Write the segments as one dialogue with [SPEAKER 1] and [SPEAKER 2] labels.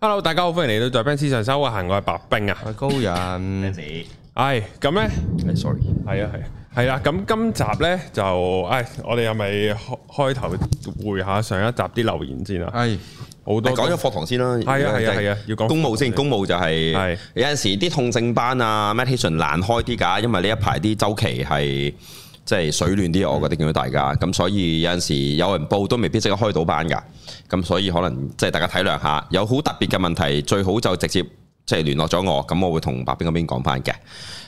[SPEAKER 1] Hello，大家好，歡迎嚟到在 Benz 上修啊，行我係白冰啊，
[SPEAKER 2] 喂高人，
[SPEAKER 1] 係咁咧，
[SPEAKER 2] sorry，
[SPEAKER 1] 係啊係，係啦，咁今集咧就，唉，我哋係咪開開頭回下上一集啲留言先啊？
[SPEAKER 2] 係
[SPEAKER 1] 好多
[SPEAKER 3] 講咗課堂先啦，
[SPEAKER 1] 係啊係啊係啊要講
[SPEAKER 3] 公務先，公務就
[SPEAKER 1] 係
[SPEAKER 3] 係有陣時啲痛症班啊，meditation 難開啲㗎，因為呢一排啲周期係即係水亂啲，我覺得見到大家，咁所以有陣時有人報都未必即刻開到班㗎，咁所以可能即係大家體諒下，有好特別嘅問題，最好就直接即係聯絡咗我，咁我會同白冰嗰邊講翻嘅。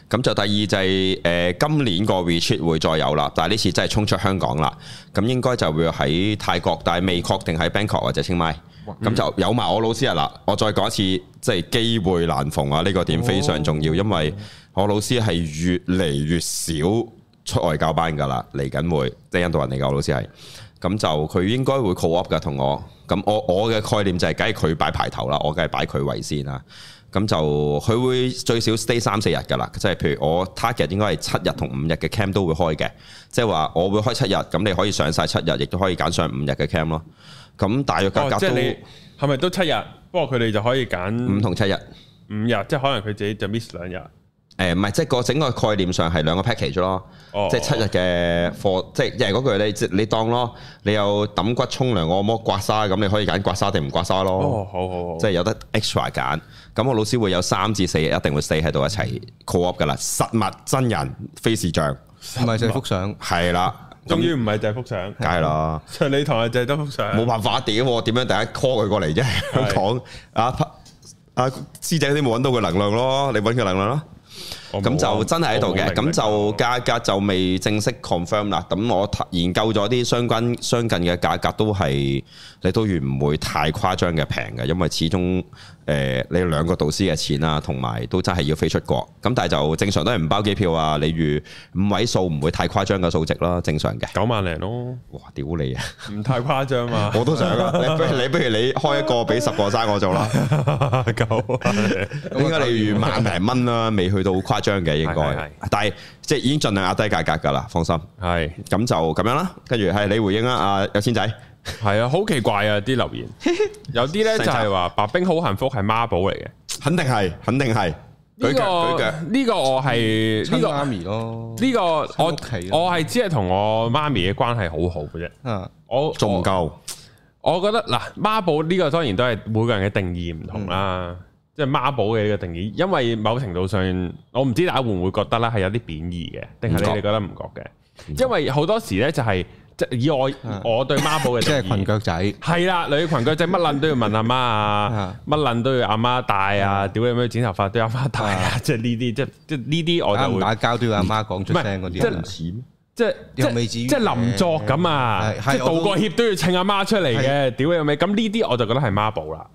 [SPEAKER 3] 咁就第二就係、誒、今年個 retreat 會再有啦，但係呢次真係衝出香港啦，咁應該就會喺泰國，但係未確定喺 Bangkok 或者清邁。咁就有埋我老師啊啦，我再講一次，即係機會難逢啊！呢、個點非常重要，因為我老師係越嚟越少出外教班噶啦，嚟緊會即係印度人嚟噶，我老師係咁就佢應該會 co op 噶同我，咁我我嘅概念就係梗係佢擺排頭啦，我梗係擺佢為先啦。咁就佢會最少 stay 三四日㗎啦，即係譬如我 target 應該係七日同五日嘅 cam 都會開嘅，即係話我會開七日，咁你可以上晒七日，亦都可以揀上五日嘅 cam 咯。咁大約價
[SPEAKER 1] 哦，
[SPEAKER 3] 格
[SPEAKER 1] 即係
[SPEAKER 3] 都
[SPEAKER 1] 你係咪都七日？不過佢哋就可以
[SPEAKER 3] 五
[SPEAKER 1] 揀
[SPEAKER 3] 同七日，誒
[SPEAKER 1] 五日，即係可能佢自己就 miss 兩日。
[SPEAKER 3] 唔係即係個整個概念上係兩個 package 咯，
[SPEAKER 1] 哦
[SPEAKER 3] 即係七日嘅課，即係又係嗰句你即你當咯，你有揼骨、沖涼、按摩、刮痧，咁你可以揀刮痧定唔刮痧咯。
[SPEAKER 1] 哦，好好好，
[SPEAKER 3] 即係有得 extra 揀。咁我老師會有三至四日一定會 stay 喺度一齊 co op 噶啦，實物真人非視像，
[SPEAKER 2] 唔
[SPEAKER 1] 啊
[SPEAKER 2] 係就係幅相，
[SPEAKER 3] 係啦，
[SPEAKER 1] 終於唔係就係幅相，
[SPEAKER 3] 梗係啦，
[SPEAKER 1] 上你堂 就係得幅相，
[SPEAKER 3] 冇辦法屌我點樣第一 call 佢過嚟啫？香港啊啊師姐都冇揾到佢能量咯，你揾佢能量啦。
[SPEAKER 1] 我冇
[SPEAKER 3] 咁
[SPEAKER 1] 啊
[SPEAKER 3] 就真係喺度嘅，
[SPEAKER 1] 我冇明
[SPEAKER 3] 咁就
[SPEAKER 1] 白
[SPEAKER 3] 價格就未正式 confirm 啦。咁我研究咗啲相關相近嘅價格都係你都遠唔會太誇張嘅平嘅，因為始終誒、呃你兩個導師嘅錢啦，同埋都真係要飛出國。咁但係就正常都係唔包機票啊，你預五位數唔會太誇張嘅數值啦，正常嘅。
[SPEAKER 1] 九萬零咯，
[SPEAKER 3] 哇！屌你啊！
[SPEAKER 1] 唔太誇張嘛，
[SPEAKER 3] 我都想啊！你不如你不如你開一個俾十個生我
[SPEAKER 1] 啊
[SPEAKER 3] 做啦，
[SPEAKER 1] 九萬零。
[SPEAKER 3] 應該你預萬零蚊啦，未去到誇張嘅應
[SPEAKER 1] 係係係
[SPEAKER 3] 該，但係即係已經盡量壓低價格㗎啦，放心。
[SPEAKER 1] 系
[SPEAKER 3] 咁就咁樣啦，跟住係你回應啦，阿有錢仔，
[SPEAKER 1] 系啊，好奇怪啊啲留言，有啲咧就係話白冰好幸福係孖寶嚟嘅，
[SPEAKER 3] 肯定係，肯定係，
[SPEAKER 1] 呢
[SPEAKER 3] 舉腳舉
[SPEAKER 1] 個
[SPEAKER 3] 腳，
[SPEAKER 1] 呢個我係呢
[SPEAKER 2] 親媽
[SPEAKER 1] 個
[SPEAKER 2] 咪咯，
[SPEAKER 1] 呢個我
[SPEAKER 2] 屋
[SPEAKER 3] 啊
[SPEAKER 2] 企咯
[SPEAKER 1] 我係只係同我媽咪嘅關係好好嘅啫，
[SPEAKER 2] 啊
[SPEAKER 1] 我
[SPEAKER 3] 仲唔夠，
[SPEAKER 1] 我我覺得嗱孖寶呢個當然都係每個人嘅定義唔同啦，即係孖寶嘅呢個定義，因為某程度上我唔知大家會唔會覺得啦係有啲貶義嘅，定係
[SPEAKER 3] 唔
[SPEAKER 1] 你
[SPEAKER 3] 覺
[SPEAKER 1] 哋覺得唔覺嘅，因為好多時咧就係即係以我
[SPEAKER 2] 啊
[SPEAKER 1] 我對孖寶嘅
[SPEAKER 2] 即
[SPEAKER 1] 定
[SPEAKER 2] 係
[SPEAKER 1] 義
[SPEAKER 2] 裙。腳仔，
[SPEAKER 1] 系啦，女裙腳仔乜撚都要問阿媽啊
[SPEAKER 2] 啊，
[SPEAKER 1] 乜撚都要阿媽帶啊，屌你咩剪頭髮都要阿媽帶啊，即係呢啲，即係即係呢啲我
[SPEAKER 2] 打
[SPEAKER 1] 就
[SPEAKER 2] 啊唔
[SPEAKER 1] 會
[SPEAKER 2] 打交都要阿媽講出聲嗰
[SPEAKER 1] 唔係即
[SPEAKER 2] 啲
[SPEAKER 1] 係
[SPEAKER 2] 人，
[SPEAKER 3] 錢
[SPEAKER 1] 即係即
[SPEAKER 2] 又未至於
[SPEAKER 1] 係即係臨作咁啊，
[SPEAKER 2] 係
[SPEAKER 1] 即
[SPEAKER 2] 係
[SPEAKER 1] 係
[SPEAKER 2] 我
[SPEAKER 1] 道
[SPEAKER 2] 都
[SPEAKER 1] 個歉都要請阿媽出嚟嘅，屌你咩？咁呢啲我就覺得係媽寶啦。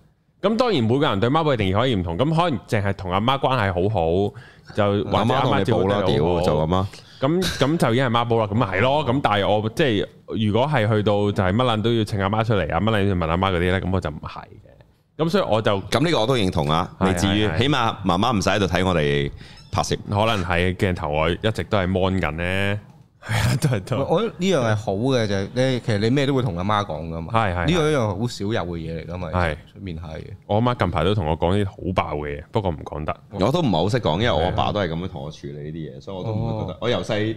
[SPEAKER 1] 咁當然每個人對媽寶嘅定義可以唔同，咁可能淨係同阿媽關係好好，就或
[SPEAKER 3] 阿
[SPEAKER 1] 者
[SPEAKER 3] 媽
[SPEAKER 1] 阿
[SPEAKER 3] 當
[SPEAKER 1] 媽
[SPEAKER 3] 你
[SPEAKER 1] 照顧
[SPEAKER 3] 補啦，
[SPEAKER 1] 得
[SPEAKER 3] 屌
[SPEAKER 1] 好好
[SPEAKER 3] 就咁啊，
[SPEAKER 1] 咁咁就已經係孖寶啦，咁咪係咯。咁但係我即係如果係去到就係乜撚都要請阿媽出嚟啊，乜撚要問阿媽嗰啲咧，咁我就唔係嘅。咁所以我就
[SPEAKER 3] 咁呢個我都認同啊，
[SPEAKER 1] 係
[SPEAKER 3] 未至於
[SPEAKER 1] 係，係
[SPEAKER 3] 起碼媽媽唔使喺度睇我哋拍攝，
[SPEAKER 1] 可能喺鏡頭外一直都係 mon 緊咧，係啊，都係
[SPEAKER 2] 我
[SPEAKER 1] 都
[SPEAKER 2] 我覺得呢樣係好嘅就係你其實你咩都會同阿媽講噶嘛，
[SPEAKER 1] 係係
[SPEAKER 2] 呢個一樣好少有嘅嘢嚟噶嘛，
[SPEAKER 1] 係
[SPEAKER 2] 出面係
[SPEAKER 1] 我阿媽近排都同我講啲好爆嘅嘢，不過唔講得。
[SPEAKER 3] 我都唔係好識講，因為
[SPEAKER 1] 啊
[SPEAKER 3] 我阿爸都係咁樣同我處理呢啲嘢，所以我都唔會
[SPEAKER 1] 哦
[SPEAKER 3] 覺得，哎我由細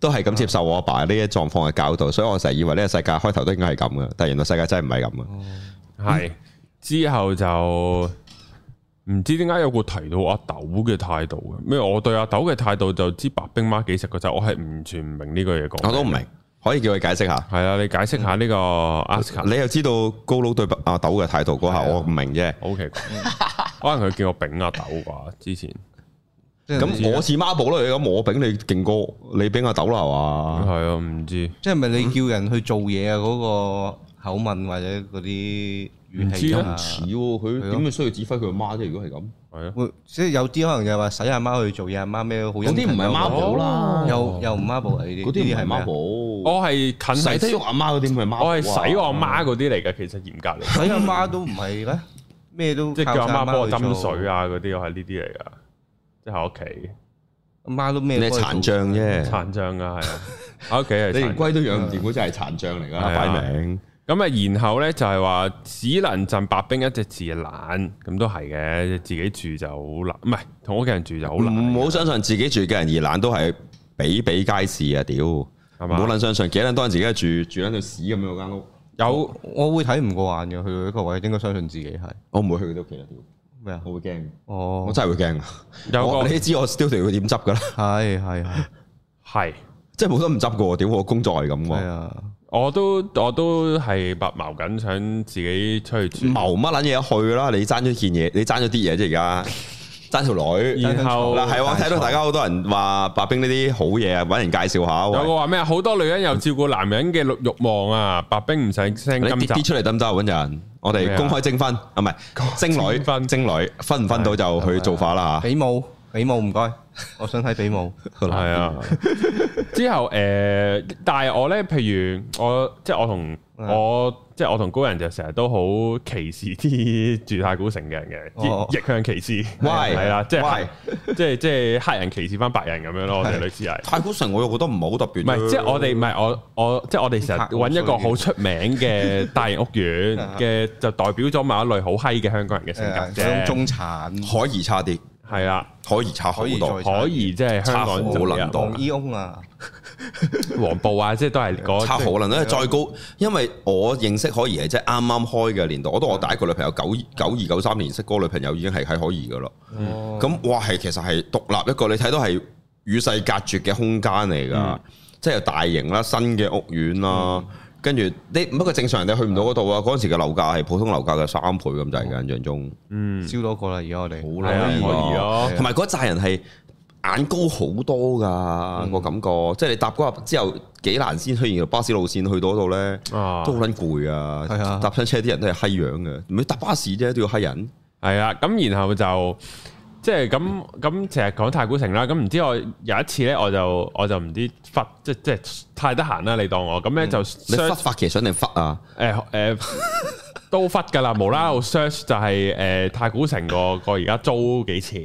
[SPEAKER 3] 都係咁接
[SPEAKER 1] 啊
[SPEAKER 3] 受我阿爸呢啲狀況嘅教導，所以我成日以為呢個世界開頭都應該係咁嘅，但係原來世界真係唔係咁嘅。嗯
[SPEAKER 1] 係之後就唔知點解有個提到阿豆嘅態度嘅咩？我對阿豆嘅態度就知白冰媽幾食嗰陣，我係完全唔明呢句嘢講。
[SPEAKER 3] 我都唔明，嗯可以叫佢解釋下。
[SPEAKER 1] 係啊，你解釋下呢個 ask
[SPEAKER 3] 你又知道高佬對阿豆嘅態度嗰下，
[SPEAKER 1] 啊
[SPEAKER 3] 我唔明啫。
[SPEAKER 1] 好奇怪，可能佢叫我丙阿豆啩？之前
[SPEAKER 2] 即係
[SPEAKER 3] 咁我似孖寶啦，咁我炳你勁過，你炳阿豆啦，係
[SPEAKER 1] 係
[SPEAKER 3] 嘛？
[SPEAKER 1] 啊，唔知
[SPEAKER 2] 即係咪你叫人去做嘢啊嗰個口吻或者嗰啲
[SPEAKER 1] 唔
[SPEAKER 2] 語
[SPEAKER 1] 知
[SPEAKER 2] 氣
[SPEAKER 1] 咧
[SPEAKER 2] 啊？
[SPEAKER 3] 喎，佢
[SPEAKER 2] 點
[SPEAKER 3] 會需要指揮佢阿媽啫？如果係咁，
[SPEAKER 1] 係啊，
[SPEAKER 2] 會即係有啲可能就係話使阿媽去做嘢，阿媽咩都好，
[SPEAKER 3] 嗰啲唔係孖寶啦，
[SPEAKER 2] 又又唔孖寶嚟呢啊哦啲，
[SPEAKER 3] 嗰啲唔係
[SPEAKER 2] 呢
[SPEAKER 3] 孖
[SPEAKER 2] 咩啊
[SPEAKER 3] 寶，
[SPEAKER 1] 哦我係近
[SPEAKER 3] 使得
[SPEAKER 1] 係
[SPEAKER 3] 喐阿媽嗰啲唔係孖寶啊。
[SPEAKER 1] 我係洗我媽嗰啲嚟嘅，其實嚴格嚟講，
[SPEAKER 2] 使阿媽都唔係咩，咩都
[SPEAKER 1] 即係叫阿媽幫我斟
[SPEAKER 2] 啊。
[SPEAKER 1] 水啊嗰啲，我係呢啲嚟噶，即係喺屋企
[SPEAKER 2] 阿媽都咩
[SPEAKER 3] 你
[SPEAKER 2] 都
[SPEAKER 3] 係
[SPEAKER 2] 可
[SPEAKER 3] 殘
[SPEAKER 2] 以做？
[SPEAKER 3] 障啫，
[SPEAKER 1] 殘障噶係啊，喺屋企係
[SPEAKER 3] 你連
[SPEAKER 1] 殘障。
[SPEAKER 3] 龜都養唔掂，嗰真係殘障嚟㗎，
[SPEAKER 1] 係啊
[SPEAKER 3] 擺明。
[SPEAKER 1] 咁啊，然後呢，就係話只能贈白冰一隻字懶，咁都係嘅，自己住就好難，唔係同屋企人住就好難，
[SPEAKER 3] 唔好相信自己住嘅人而懶都係比比皆是啊！屌，唔
[SPEAKER 1] 係
[SPEAKER 3] 好
[SPEAKER 1] 嘛？
[SPEAKER 3] 撚相信，幾撚多人自己住住喺度屎咁樣嗰間屋，
[SPEAKER 1] 有
[SPEAKER 2] 我會睇唔過眼嘅，去到一個位應該相信自己係
[SPEAKER 3] 我唔會去佢哋屋企啊！屌，
[SPEAKER 2] 咩啊？
[SPEAKER 3] 我會驚，我
[SPEAKER 2] 哦，
[SPEAKER 3] 真係會驚啊！
[SPEAKER 1] 有
[SPEAKER 3] 我
[SPEAKER 1] 個
[SPEAKER 3] 你都知我 studio 會點執噶啦，
[SPEAKER 2] 係係係
[SPEAKER 1] 係，
[SPEAKER 3] 即係冇得唔執噶喎！屌，我工作係咁
[SPEAKER 2] 係
[SPEAKER 3] 喎，
[SPEAKER 2] 啊，
[SPEAKER 1] 我都我都係白矛緊，想自己出去住。
[SPEAKER 3] 謀乜撚嘢去啦？你爭咗件嘢，你爭咗啲嘢啫，而 家爭條女。
[SPEAKER 1] 然後
[SPEAKER 3] 嗱，係我睇到大家好多人話白冰呢啲好嘢啊，揾人介紹下
[SPEAKER 1] 有
[SPEAKER 3] 喎。
[SPEAKER 1] 個話咩？啊好多女人又照顧男人嘅慾慾望啊！白冰唔使聲
[SPEAKER 3] 你
[SPEAKER 1] 今
[SPEAKER 3] 跌
[SPEAKER 1] 集
[SPEAKER 3] 啲出嚟得唔得啊？揾人，我
[SPEAKER 1] 咩
[SPEAKER 3] 哋
[SPEAKER 1] 啊
[SPEAKER 3] 公開徵婚啊，唔 係
[SPEAKER 1] 徵婚啊
[SPEAKER 3] 徵女，徵女分唔分到就去做法啦
[SPEAKER 2] 比武比武唔該，我想睇比 武。
[SPEAKER 3] 嚇。
[SPEAKER 1] 係啊。 之後诶、呃但係我咧，譬如我即係我同
[SPEAKER 2] 嗯
[SPEAKER 1] 我即係我同高人就成日都好歧視啲 住太古城嘅人嘅，逆、
[SPEAKER 2] 哦
[SPEAKER 1] 逆向歧視。
[SPEAKER 3] Why？
[SPEAKER 1] 係啦，即係
[SPEAKER 3] Why？
[SPEAKER 1] 即係即係黑人歧視翻白人咁樣咯，我哋類似係。
[SPEAKER 3] 太古城我又覺得唔係好特別。
[SPEAKER 1] 唔係，即係我哋唔係我我即係我哋成日揾一個好出名嘅大型屋苑嘅， 啊就代表咗某一類好閪嘅香港人嘅性格
[SPEAKER 2] 誒
[SPEAKER 1] 啫。
[SPEAKER 2] 中產
[SPEAKER 3] 可以差啲，
[SPEAKER 1] 係啦，
[SPEAKER 3] 可以差好
[SPEAKER 2] 可以
[SPEAKER 3] 多。
[SPEAKER 2] 再
[SPEAKER 1] 可以即係香港就
[SPEAKER 3] 差好撚多
[SPEAKER 2] 黃衣翁啊，
[SPEAKER 1] 黃布啊，即係都係啊嗰
[SPEAKER 3] 差好啦，因為再高，因為我認識可怡係即係啱啱開嘅年代，我覺得
[SPEAKER 1] 啊
[SPEAKER 3] 我第一個女朋友九九二九三年識嗰個女朋友已經係喺可怡噶啦。
[SPEAKER 1] 哦
[SPEAKER 2] 咁
[SPEAKER 3] 咁哇係其實係獨立一個，你睇到係與世隔絕嘅空間嚟㗎，
[SPEAKER 1] 嗯
[SPEAKER 3] 即係有大型啦、新嘅屋苑啦，跟住你不過正常人哋去唔到嗰度啊。嗰陣時嘅樓價係普通樓價嘅三倍咁就係
[SPEAKER 1] 哦
[SPEAKER 3] 嘅印象中，
[SPEAKER 1] 嗯，
[SPEAKER 2] 燒多個啦，而家我哋
[SPEAKER 3] 好
[SPEAKER 1] 係啊，可
[SPEAKER 3] 可以啊
[SPEAKER 1] 以咯。
[SPEAKER 3] 同埋嗰扎人係眼高好多
[SPEAKER 1] 嗯
[SPEAKER 3] 㗎個感覺，即係你搭嗰日之後幾難先出現條巴士路線去到嗰度呢。
[SPEAKER 1] 啊
[SPEAKER 3] 都，好撚攰啊！
[SPEAKER 2] 係啊
[SPEAKER 3] 搭親車啲人都係閪樣嘅，唔係搭巴士啫都要閪人。
[SPEAKER 1] 係啦，咁然後就即係咁咁，成日講太古城啦。咁唔知我有一次咧，我就我就唔知忽即即係太得閒啦，你當我咁咧就
[SPEAKER 3] 嗯你
[SPEAKER 1] search-
[SPEAKER 3] 忽發奇想定忽啊？
[SPEAKER 1] 誒誒都忽㗎啦，無 啦啦我 search 就係、誒、太古城個個而家租幾錢？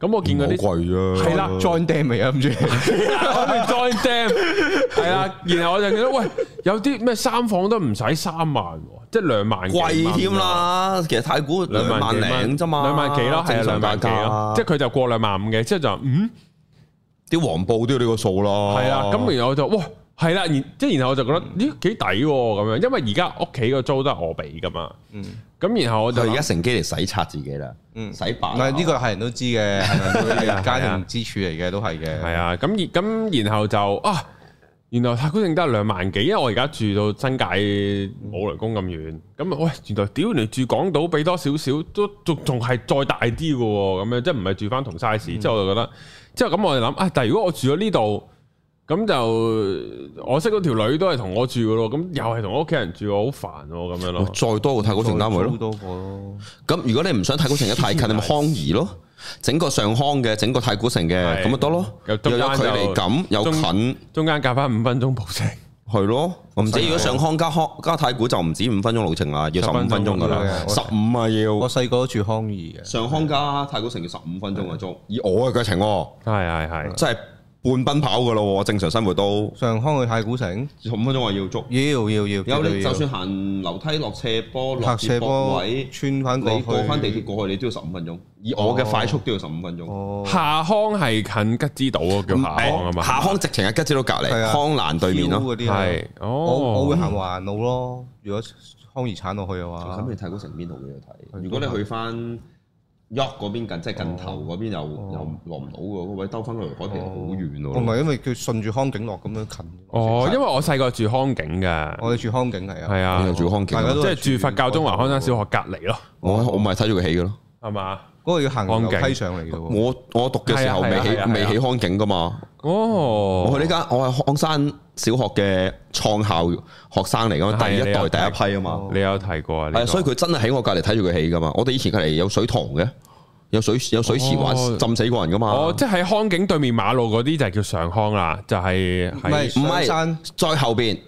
[SPEAKER 1] 咁、
[SPEAKER 2] 啊
[SPEAKER 1] 我見嗰
[SPEAKER 3] 好
[SPEAKER 1] 啲
[SPEAKER 3] 貴啫。
[SPEAKER 1] 係啦
[SPEAKER 2] join dam 嚟 啊，唔知
[SPEAKER 1] 我咪 join them 係啦，然後我就見到喂有啲咩三房都唔使三萬喎，即係兩萬幾蚊喎
[SPEAKER 3] 貴添，啦，其實太古兩
[SPEAKER 1] 兩
[SPEAKER 3] 萬
[SPEAKER 1] 萬幾蚊
[SPEAKER 3] 零啫嘛，
[SPEAKER 1] 兩萬幾咯，係啊
[SPEAKER 3] 正
[SPEAKER 1] 兩
[SPEAKER 3] 常價
[SPEAKER 1] 萬幾咯，即
[SPEAKER 3] 格。
[SPEAKER 1] 係佢就過兩萬五嘅，之後就嗯
[SPEAKER 3] 即係啲黃埔都要呢個數咯。
[SPEAKER 1] 係啊，咁然後我就哇係啦，然即係然後我就覺得咦幾抵喎咁樣，因為而家屋企個租都係我俾㗎嘛，咁然後我就
[SPEAKER 3] 佢而家乘機嚟洗刷自己啦，
[SPEAKER 1] 嗯
[SPEAKER 3] 洗白
[SPEAKER 2] 唔
[SPEAKER 3] 啊。
[SPEAKER 2] 係呢個係人都知嘅，係 咪家庭支柱嚟嘅都係嘅，
[SPEAKER 1] 系啊，咁而咁然後就啊，原來太古城得兩萬幾，因為我而家住到新界冇雷公咁遠，咁啊喂，原來屌你住港島俾多少少都仲仲係再大啲嘅喎，咁樣即係唔係住翻同 size，之後我就覺得，之後咁我就諗啊，但係如果我住咗呢度。咁就我識嗰條女都係同我住嘅咯，咁又係同我屋企人住，我好煩喎咁樣
[SPEAKER 3] 哇
[SPEAKER 1] 咯。
[SPEAKER 3] 再多個太古城單位
[SPEAKER 2] 好
[SPEAKER 3] 咯。
[SPEAKER 2] 多個咯，
[SPEAKER 3] 咁如果你唔想太古城嘅太近，你咪康怡咯，整個上康嘅，整個太古城嘅，
[SPEAKER 1] 係
[SPEAKER 3] 咁咪得咯。
[SPEAKER 1] 又
[SPEAKER 3] 又
[SPEAKER 1] 中間
[SPEAKER 3] 有距離感，
[SPEAKER 1] 就
[SPEAKER 3] 又近。
[SPEAKER 1] 中間隔翻五分鐘步程，
[SPEAKER 3] 系咯，唔止
[SPEAKER 2] 犀利
[SPEAKER 3] 如果上康加康加太古就唔止五分鐘路程啦，要十五分鐘噶啦，
[SPEAKER 2] 十
[SPEAKER 3] 十五啊要
[SPEAKER 2] 我細個都住康怡嘅，
[SPEAKER 3] 上康加太古城要十五分鐘啊鐘，以我嘅腳程喎，
[SPEAKER 1] 係係係，
[SPEAKER 3] 真係半奔跑噶咯，正常生活都
[SPEAKER 2] 上康去太古城，
[SPEAKER 3] 十五分鐘我要足。
[SPEAKER 2] 要要要，
[SPEAKER 3] 有你
[SPEAKER 2] 絕對要
[SPEAKER 3] 就算行樓梯落斜坡落
[SPEAKER 2] 拍
[SPEAKER 3] 斜
[SPEAKER 2] 斜
[SPEAKER 3] 坡
[SPEAKER 2] 波
[SPEAKER 3] 位，
[SPEAKER 2] 穿翻過
[SPEAKER 3] 你
[SPEAKER 2] 去，
[SPEAKER 3] 過翻地鐵過去哦你都要十五分鐘，以我嘅快速都要十五分鐘。
[SPEAKER 2] 哦，
[SPEAKER 1] 下康係近吉之島啊，叫下康啊嘛。
[SPEAKER 3] 下康直情係吉之島隔離，
[SPEAKER 2] 係啊
[SPEAKER 3] 康蘭對面咯。
[SPEAKER 2] 嗰啲啊
[SPEAKER 1] 係，哦，
[SPEAKER 2] 我我會行環路咯。如果康怡產落去嘅
[SPEAKER 1] 啊
[SPEAKER 3] 我諗
[SPEAKER 2] 話
[SPEAKER 3] 你，太古城邊度嘅睇？如果你去翻 York 嗰邊近，即係近頭嗰邊又
[SPEAKER 1] 哦
[SPEAKER 3] 又落唔到嘅，嗰位兜翻去海皮好遠
[SPEAKER 2] 我哦唔
[SPEAKER 3] 喎。
[SPEAKER 2] 係因為佢順住康景落咁樣近。
[SPEAKER 1] 哦，因為我細個住康景噶，
[SPEAKER 2] 我哋住康景係啊，
[SPEAKER 1] 係啊
[SPEAKER 3] 你，哦又住康景
[SPEAKER 2] 大家
[SPEAKER 1] 即
[SPEAKER 2] 都
[SPEAKER 3] 啊，
[SPEAKER 1] 係住佛教中華康山小學隔離咯，
[SPEAKER 3] 我我咪睇住佢起嘅咯。
[SPEAKER 1] 係嘛？
[SPEAKER 2] 嗰個要行樓
[SPEAKER 1] 康景
[SPEAKER 2] 梯上嚟嘅喎。
[SPEAKER 3] 我我讀嘅時候
[SPEAKER 1] 哦係啊係
[SPEAKER 3] 未
[SPEAKER 1] 啊係啊
[SPEAKER 3] 起未起康景噶嘛，
[SPEAKER 1] 哦，
[SPEAKER 3] 我去呢間我係康山小學嘅創校學生嚟噶
[SPEAKER 1] 係
[SPEAKER 3] 嘛，第一
[SPEAKER 1] 你
[SPEAKER 3] 代
[SPEAKER 1] 有
[SPEAKER 3] 第一批啊嘛，
[SPEAKER 1] 你有提過啊？呢
[SPEAKER 3] 係
[SPEAKER 1] 個
[SPEAKER 3] 啊所以佢真係喺我隔離睇住佢起噶嘛。我哋以前隔離有水塘嘅，有水有水池玩
[SPEAKER 1] 哦
[SPEAKER 3] 浸死過人噶嘛
[SPEAKER 1] 哦，。即係喺康景對面馬路嗰啲就係叫上康啦，就係
[SPEAKER 2] 唔係
[SPEAKER 1] 係
[SPEAKER 3] 唔係
[SPEAKER 2] 上山，
[SPEAKER 3] 再後邊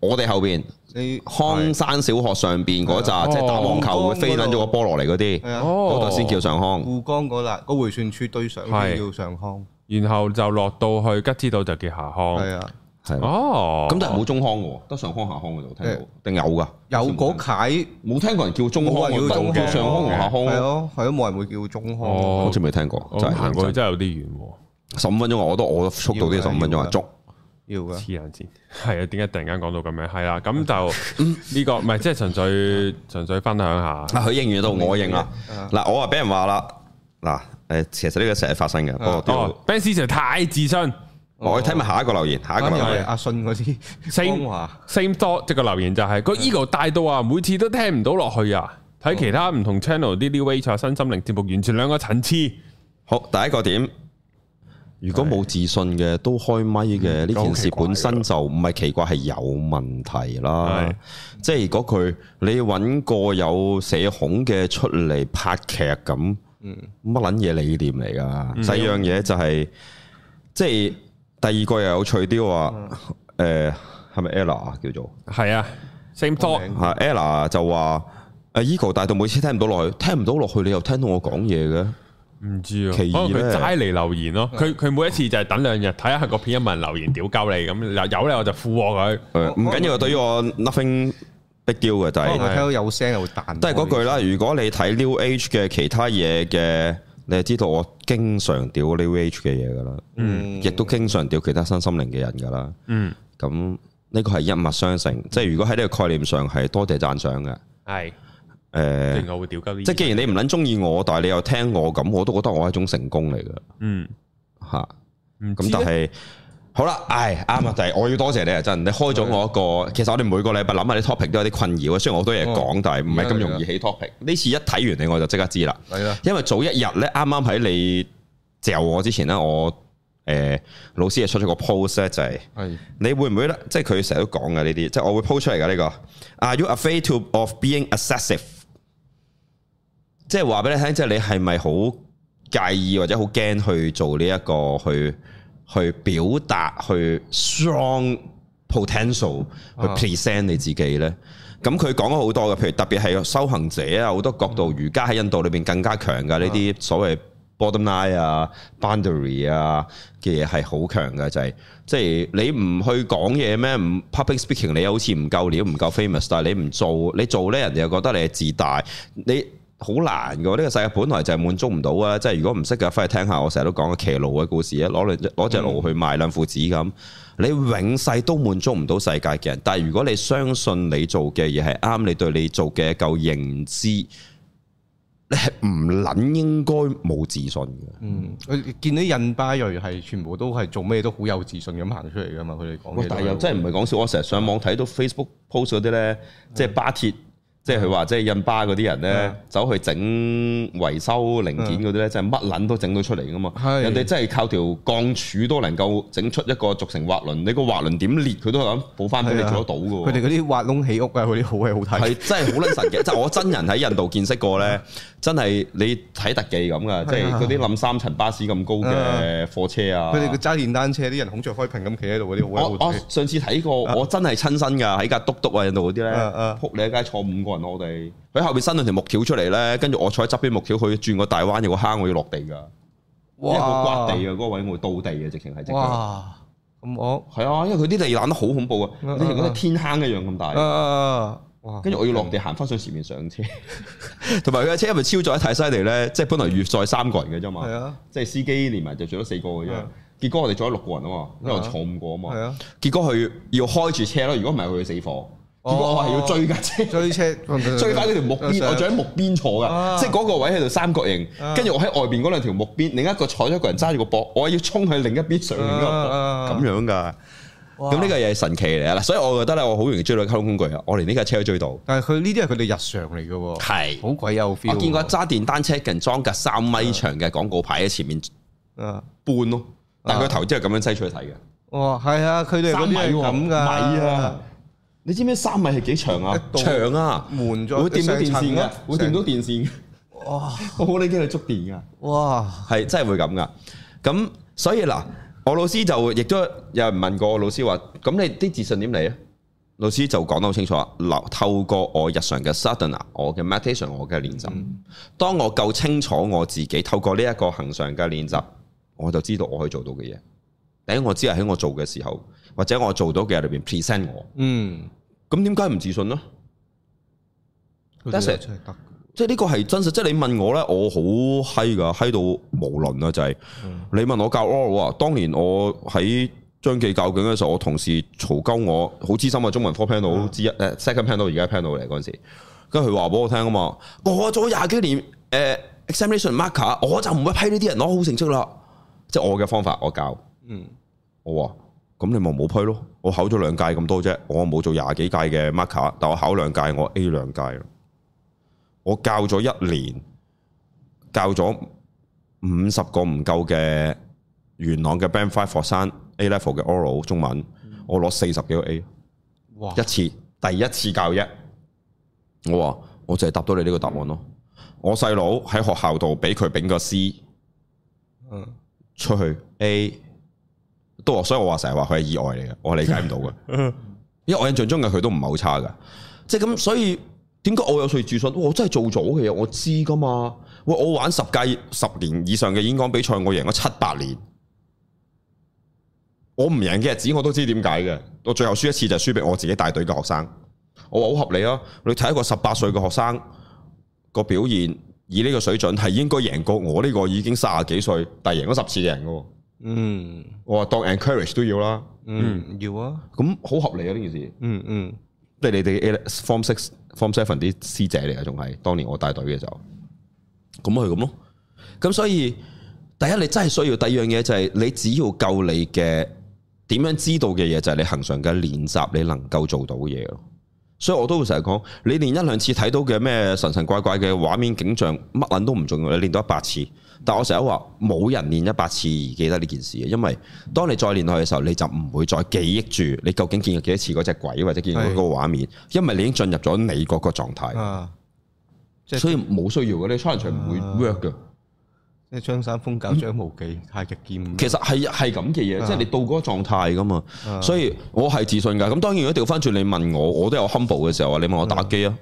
[SPEAKER 3] 我哋後邊。
[SPEAKER 2] 你
[SPEAKER 3] 康山小學上邊嗰
[SPEAKER 1] 係
[SPEAKER 3] 扎，
[SPEAKER 1] 啊
[SPEAKER 3] 即係打網球會
[SPEAKER 2] 哦
[SPEAKER 3] 飛撚咗個波落嚟嗰啲，
[SPEAKER 2] 係啊，
[SPEAKER 1] 哦，
[SPEAKER 3] 嗰度先叫上康。
[SPEAKER 2] 護江嗰欄個迴旋處對上
[SPEAKER 1] 係
[SPEAKER 2] 先叫上康，
[SPEAKER 1] 然後就落到去吉之島就叫下康，
[SPEAKER 2] 係啊，
[SPEAKER 3] 係啦
[SPEAKER 1] 哦，
[SPEAKER 3] 咁但係冇中康嘅喎，得上康下康嗰度聽
[SPEAKER 2] 誒
[SPEAKER 3] 到，定有㗎？
[SPEAKER 2] 有嗰屆
[SPEAKER 3] 冇聽過人叫中康
[SPEAKER 2] 冇
[SPEAKER 3] 喎，
[SPEAKER 2] 人叫中
[SPEAKER 1] 康
[SPEAKER 3] 上康同下
[SPEAKER 2] 係啊
[SPEAKER 3] 康，
[SPEAKER 2] 咯，係咯，冇人會叫中康。
[SPEAKER 1] 哦
[SPEAKER 3] 好似未聽過，
[SPEAKER 1] 我
[SPEAKER 3] 真係
[SPEAKER 1] 行過去真係有啲遠喎，
[SPEAKER 3] 十五分鐘啊，我都我速度啲
[SPEAKER 2] 要㗎
[SPEAKER 3] 十五分鐘
[SPEAKER 2] 要
[SPEAKER 3] 啊，
[SPEAKER 2] 㗎
[SPEAKER 3] 足
[SPEAKER 2] 要噶，
[SPEAKER 1] 黐眼線，係啊，點解突然間講到咁樣？係啦，咁就
[SPEAKER 3] 嗯
[SPEAKER 1] 呢個唔係即係純粹純粹分享下，
[SPEAKER 3] 啊！佢應完到我應啦
[SPEAKER 2] 啊，
[SPEAKER 3] 嗱我啊俾人話啦，嗱誒其實呢個成日發生嘅，不過都要
[SPEAKER 1] 哦，Ben Sir 太自信
[SPEAKER 3] 我睇埋下一個留言，下一個
[SPEAKER 2] 咁
[SPEAKER 3] 留
[SPEAKER 2] 又
[SPEAKER 3] 言
[SPEAKER 2] 係阿信嗰啲
[SPEAKER 1] ，same
[SPEAKER 2] 光華
[SPEAKER 1] same thought 即係個留言就係
[SPEAKER 3] 嗯
[SPEAKER 1] 個 ego 大到啊，每次都聽唔到落去啊，睇其他唔同 channel 啲 New Age 啊新心靈節目，完全兩個層次。
[SPEAKER 3] 好，第一個點，如果冇自信嘅都開咪嘅呢件事本身就唔係奇怪，係有問題啦
[SPEAKER 1] 係。
[SPEAKER 3] 即係嗰句你揾個有社恐嘅出嚟拍劇咁，乜撚嘢理念嚟噶？第二樣嘢就係、即係第二個又有趣啲話，誒係咪 Ella 啊叫做？
[SPEAKER 1] 係啊，same thought
[SPEAKER 3] 啊 Ella 就話：誒 Ego 大到每次聽唔到落去，聽唔到落去，你又聽到我講嘢嘅。
[SPEAKER 1] 唔知啊，可
[SPEAKER 3] 其二
[SPEAKER 1] 能佢
[SPEAKER 3] 呢
[SPEAKER 1] 齋嚟留言咯。
[SPEAKER 3] 嗯
[SPEAKER 1] 佢佢每一次就係等兩日睇下個片有冇人留言屌鳩你咁，有有咧我就附和佢。
[SPEAKER 3] 誒唔緊要，對於我 nothing big deal 嘅，就
[SPEAKER 2] 可能
[SPEAKER 3] 係
[SPEAKER 2] 佢聽到有聲又會彈。
[SPEAKER 3] 都係嗰句啦。如果你睇 New Age 嘅其他嘢嘅，你係知道我經常屌 New Age 嘅嘢噶啦，
[SPEAKER 2] 嗯
[SPEAKER 3] 亦都經常屌其他新心靈嘅人噶啦。
[SPEAKER 1] 嗯，
[SPEAKER 3] 咁呢個係一脈相承，即係如果喺呢個概念上係多謝讚賞嘅。
[SPEAKER 1] 係，
[SPEAKER 3] 誒，
[SPEAKER 1] 定我會屌鳩啲。
[SPEAKER 3] 即係既然你唔撚中意我，但係你又聽我咁，我都覺得我係一種成功嚟嘅
[SPEAKER 1] 嗯，
[SPEAKER 3] 嚇。
[SPEAKER 1] 唔知
[SPEAKER 3] 咁但
[SPEAKER 1] 咧
[SPEAKER 3] 係好啦，唉啱啊！但係我要多謝你啊，真，你開咗我一個。其實我哋每個禮拜諗下啲 topic 都有啲困擾啊。雖然我好多嘢講，但係唔係咁容易起 topic。呢次一睇完你我就即刻知啦，
[SPEAKER 2] 係啦，
[SPEAKER 3] 因為早一日咧，啱啱喺你嚼我之前咧，我誒、呃老師係出咗個 post 咧，就係、
[SPEAKER 2] 係
[SPEAKER 3] 你會唔會咧？即係佢成日都講嘅呢啲，即係我會 post 出嚟嘅呢個。Are you afraid to of being excessive？即係話俾你聽，即係你係咪好介意或者好驚去做呢、一個去去表達去 strong potential 去
[SPEAKER 2] 啊
[SPEAKER 3] present 你自己呢？咁佢講咗好多嘅，譬如特別係修行者啊，好多角度，瑜伽喺印度裏邊更加強㗎。呢啲所謂 bottom line 啊、boundary 啊嘅嘢係好強㗎，就係、即係你唔去講嘢咩？唔 public speaking，你好似唔夠料、唔夠 famous，但係你唔做，你做呢，人哋又覺得你係自大，你好難㗎。呢、個世界本來就係滿足唔到啊！即係如果唔識嘅，翻去聽下我成日都講嘅騎驢嘅故事啊，攞兩隻攞隻驢去賣兩父子咁，你永世都滿足唔到世界嘅人。但係如果你相信你做嘅嘢係啱，你對你做嘅夠認知，你係唔撚應該冇自信嘅。
[SPEAKER 2] 嗯，我見到印巴裔係全部都係做咩都好有自信咁行出嚟噶嘛，佢哋講
[SPEAKER 3] 喂
[SPEAKER 2] 嘢，都
[SPEAKER 3] 但
[SPEAKER 2] 係。嗯
[SPEAKER 3] 係又真係唔係講笑，我成日上網睇到 Facebook post 嗰啲咧，即係巴鐵，即係佢話即係印巴嗰啲人咧
[SPEAKER 2] 嗯，
[SPEAKER 3] 走去整維修零件嗰啲咧，真係乜撚都整到出嚟噶嘛。
[SPEAKER 2] 係
[SPEAKER 3] 人哋真係靠條鋼柱都能夠整出一個軸承滑輪，你個滑輪點裂佢都係咁補翻俾你
[SPEAKER 2] 係啊
[SPEAKER 3] 做得到嘅喎。
[SPEAKER 2] 佢哋嗰啲挖窿起屋啊，嗰啲好係好睇。
[SPEAKER 3] 係真係好撚神嘅，即係我真人喺印度見識過咧，真係你睇特技咁噶，即係嗰啲冧三層巴士咁高嘅貨車啊。
[SPEAKER 2] 啊佢哋個揸電單車啲人孔雀開屏咁企喺度嗰啲好
[SPEAKER 3] 我
[SPEAKER 2] 鬼好
[SPEAKER 3] 我
[SPEAKER 2] 睇。
[SPEAKER 3] 上次睇過，我真係親身㗎，喺架篤篤啊印度嗰啲咧
[SPEAKER 2] 啊啊，
[SPEAKER 3] 撲你一街坐五個人，我哋佢後邊伸兩條木條出嚟咧，跟住我坐喺側邊木條，佢轉個大彎有個坑，我要落地㗎，因為佢刮地啊，嗰個位我倒地啊，直情係直情係
[SPEAKER 2] 哇！咁我
[SPEAKER 3] 啊，因為佢啲地攬得好恐怖啊，
[SPEAKER 2] 啊啊
[SPEAKER 3] 你成覺得天坑一樣咁大，
[SPEAKER 2] 啊哇！
[SPEAKER 3] 跟住我要落地行翻上前面上車， 同埋佢架車因為超載得太犀利咧，即係本來預載三個人嘅啫嘛
[SPEAKER 2] 係，啊
[SPEAKER 3] 即係司機連埋就最多四個嘅啫
[SPEAKER 2] 啊，
[SPEAKER 3] 結果我哋坐咗六個人啊嘛，因為我坐五個啊
[SPEAKER 2] 係
[SPEAKER 3] 嘛。
[SPEAKER 2] 啊，
[SPEAKER 3] 結果佢要開住車咯，如果唔係佢會死火。
[SPEAKER 2] 哦
[SPEAKER 3] 結果我係要追架車，
[SPEAKER 2] 追車 哦
[SPEAKER 3] 追翻嗰條木 邊，我坐喺木邊坐噶，
[SPEAKER 2] 啊
[SPEAKER 3] 即係嗰個位喺度三角形，
[SPEAKER 2] 啊
[SPEAKER 3] 跟住我喺外邊嗰兩條木邊，另一個坐咗一個人揸住個膊，我要衝去另一邊上面嗰個
[SPEAKER 2] 啊啊
[SPEAKER 3] 膊，
[SPEAKER 2] 啊
[SPEAKER 3] 咁樣噶。
[SPEAKER 2] 哇
[SPEAKER 3] 咁呢個嘢係神奇嚟啊！嗱，所以我覺得咧，我好容易追到交通工具啊！我連呢架車都追到。
[SPEAKER 2] 但係佢呢啲係佢哋日常嚟嘅喎，
[SPEAKER 3] 係
[SPEAKER 2] 好鬼有 feel
[SPEAKER 3] 我
[SPEAKER 2] 喎。
[SPEAKER 3] 見過揸電單車嘅人裝架三米長嘅廣告牌喺前面
[SPEAKER 2] 啊，
[SPEAKER 3] 搬咯，但係佢頭真係咁樣擠出去睇嘅。
[SPEAKER 2] 哇，係啊，佢哋嗰
[SPEAKER 3] 三米
[SPEAKER 2] 啲係
[SPEAKER 3] 喎
[SPEAKER 2] 咁㗎，
[SPEAKER 3] 米啊！你知唔知三米係幾長啊？
[SPEAKER 2] 一度
[SPEAKER 3] 長啊，
[SPEAKER 2] 瞞咗
[SPEAKER 3] 會掂到電
[SPEAKER 2] 成
[SPEAKER 3] 線
[SPEAKER 2] 層
[SPEAKER 3] 嘅
[SPEAKER 2] 啊，
[SPEAKER 3] 會掂到電 線嘅。
[SPEAKER 2] 哇
[SPEAKER 3] 我好撚驚佢觸電㗎，
[SPEAKER 2] 哇，
[SPEAKER 3] 係真係會咁㗎。咁所以嗱，我老師就亦都有人問過我老師話：，咁你啲自信點嚟啊？老師就講得好清楚啊！嗱，透過我日常嘅 sadhana，我嘅 meditation，我嘅練習，當我夠清楚我自己，透過呢一個恒常嘅練習，我就知道我可以做到嘅嘢。第一，我只係喺我做嘅時候，或者我做到嘅裏邊 present 我，
[SPEAKER 2] 嗯，
[SPEAKER 3] 咁點解唔自信咯？
[SPEAKER 2] 佢
[SPEAKER 3] That's
[SPEAKER 2] 哋
[SPEAKER 3] it
[SPEAKER 2] 真係得，
[SPEAKER 3] 即係呢個係真實，即係你問我咧，我好閪噶，閪到無論啊！就係、你問我教 oral 啊，當年我喺張記教緊嘅時候，我同事嘈鳩我，好資深啊，中文科 panel 之一誒 second panel 而家 panel 嚟嗰陣時，跟住佢話俾我聽啊嘛，我做咗廿幾年誒、examination 呃 marker，我就唔會批呢啲人攞好成績啦，即係我嘅方法我教，
[SPEAKER 2] 嗯，
[SPEAKER 3] 我話咁你咪冇批咯，我考咗兩屆咁多啫，我冇做廿幾屆嘅 marker，但我考兩屆我 A 兩屆咯，我教咗一年，教咗五十個唔夠嘅元朗嘅 Band Five 學生 A level 嘅 oral 中文，我攞四十幾個 A
[SPEAKER 2] 哇
[SPEAKER 3] 一，次，第一次教一，我話我就係答到你呢個答案咯，我細佬喺學校度俾佢丙個 C。
[SPEAKER 2] 嗯，
[SPEAKER 3] 出去 A 都話，所以我話成日話佢係意外嚟嘅，我係理解唔到 嘅，
[SPEAKER 2] 嗯
[SPEAKER 3] 因為我印象中嘅佢都唔係好差噶，即係咁，所以點解我有碎自信？我真係做咗嘅嘢，我知噶嘛。喂，我玩十屆十年以上嘅演講比賽，我贏咗七八年，我唔贏嘅日子我都知點解嘅。我最後輸一次就係輸俾我自己帶隊嘅學生，我話好合理啊！你睇一個十八歲嘅學生個表現，以呢個水準係應該贏過我呢個已經三十幾歲，但係贏咗十次嘅人嘅喎。
[SPEAKER 2] 嗯，
[SPEAKER 3] 我話當 encourage 都要啦，
[SPEAKER 2] 嗯，要啊，
[SPEAKER 3] 咁好合理啊呢件事。
[SPEAKER 2] 嗯嗯，
[SPEAKER 3] 即係你哋 A- form six、form seven 啲師姐嚟嘅，仲係當年我帶隊嘅時候，咁咪係咁咯。咁所以第一你真係需要，第二樣嘢就係你只要夠你嘅點樣知道嘅嘢，就係你恒常嘅練習，你能夠做到嘅嘢咯。所以我都會成日講，你練一兩次睇到嘅咩神神怪怪嘅畫面景象，乜撚都唔重要，你練到一百次。但我成日都話，冇人練一百次而記得呢件事嘅，因為當你再練落去嘅時候，你就唔會再記憶住你究竟見過幾多次嗰只鬼或者見過嗰個畫面，因為你已經進入咗你嗰個狀態，
[SPEAKER 2] 啊，即係啊嗯
[SPEAKER 3] 所以冇需要嘅，你 challenge 唔會 work 嘅。
[SPEAKER 2] 即係張三豐教張無忌，太極劍，
[SPEAKER 3] 其實係係咁嘅
[SPEAKER 2] 啊
[SPEAKER 3] 嘢，即係你到嗰個狀態噶嘛，所以我係自信噶。咁當然，如果調翻轉你問我，我都有 humble 嘅時候啊。你問我打機
[SPEAKER 2] 嗯
[SPEAKER 3] 啊，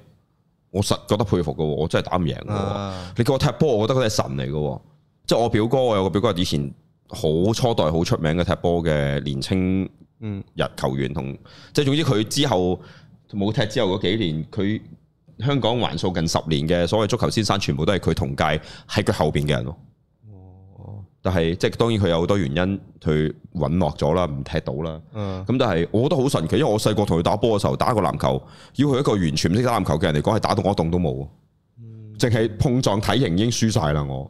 [SPEAKER 3] 我實覺得佩服噶，我真係打唔贏噶。
[SPEAKER 2] 啊，
[SPEAKER 3] 你叫我踢波，我覺得佢係神嚟噶。即係我表哥，我有個表哥係以前好初代好出名嘅踢波嘅年青
[SPEAKER 2] 嗯
[SPEAKER 3] 日球員，同即係總之佢之後冇踢之後嗰幾年，佢香港還數近十年嘅所謂足球先生，全部都係佢同屆喺佢後邊嘅人咯。但係即係當然佢有好多原因，佢隕落咗啦，唔踢到啦。
[SPEAKER 2] 嗯，
[SPEAKER 3] 咁但係我覺得好神奇，因為我細個同佢打波嘅時候，打個籃球，要佢一個完全唔識打籃球嘅人嚟講，係打到我一動都冇，淨係碰撞體型已經輸晒啦。我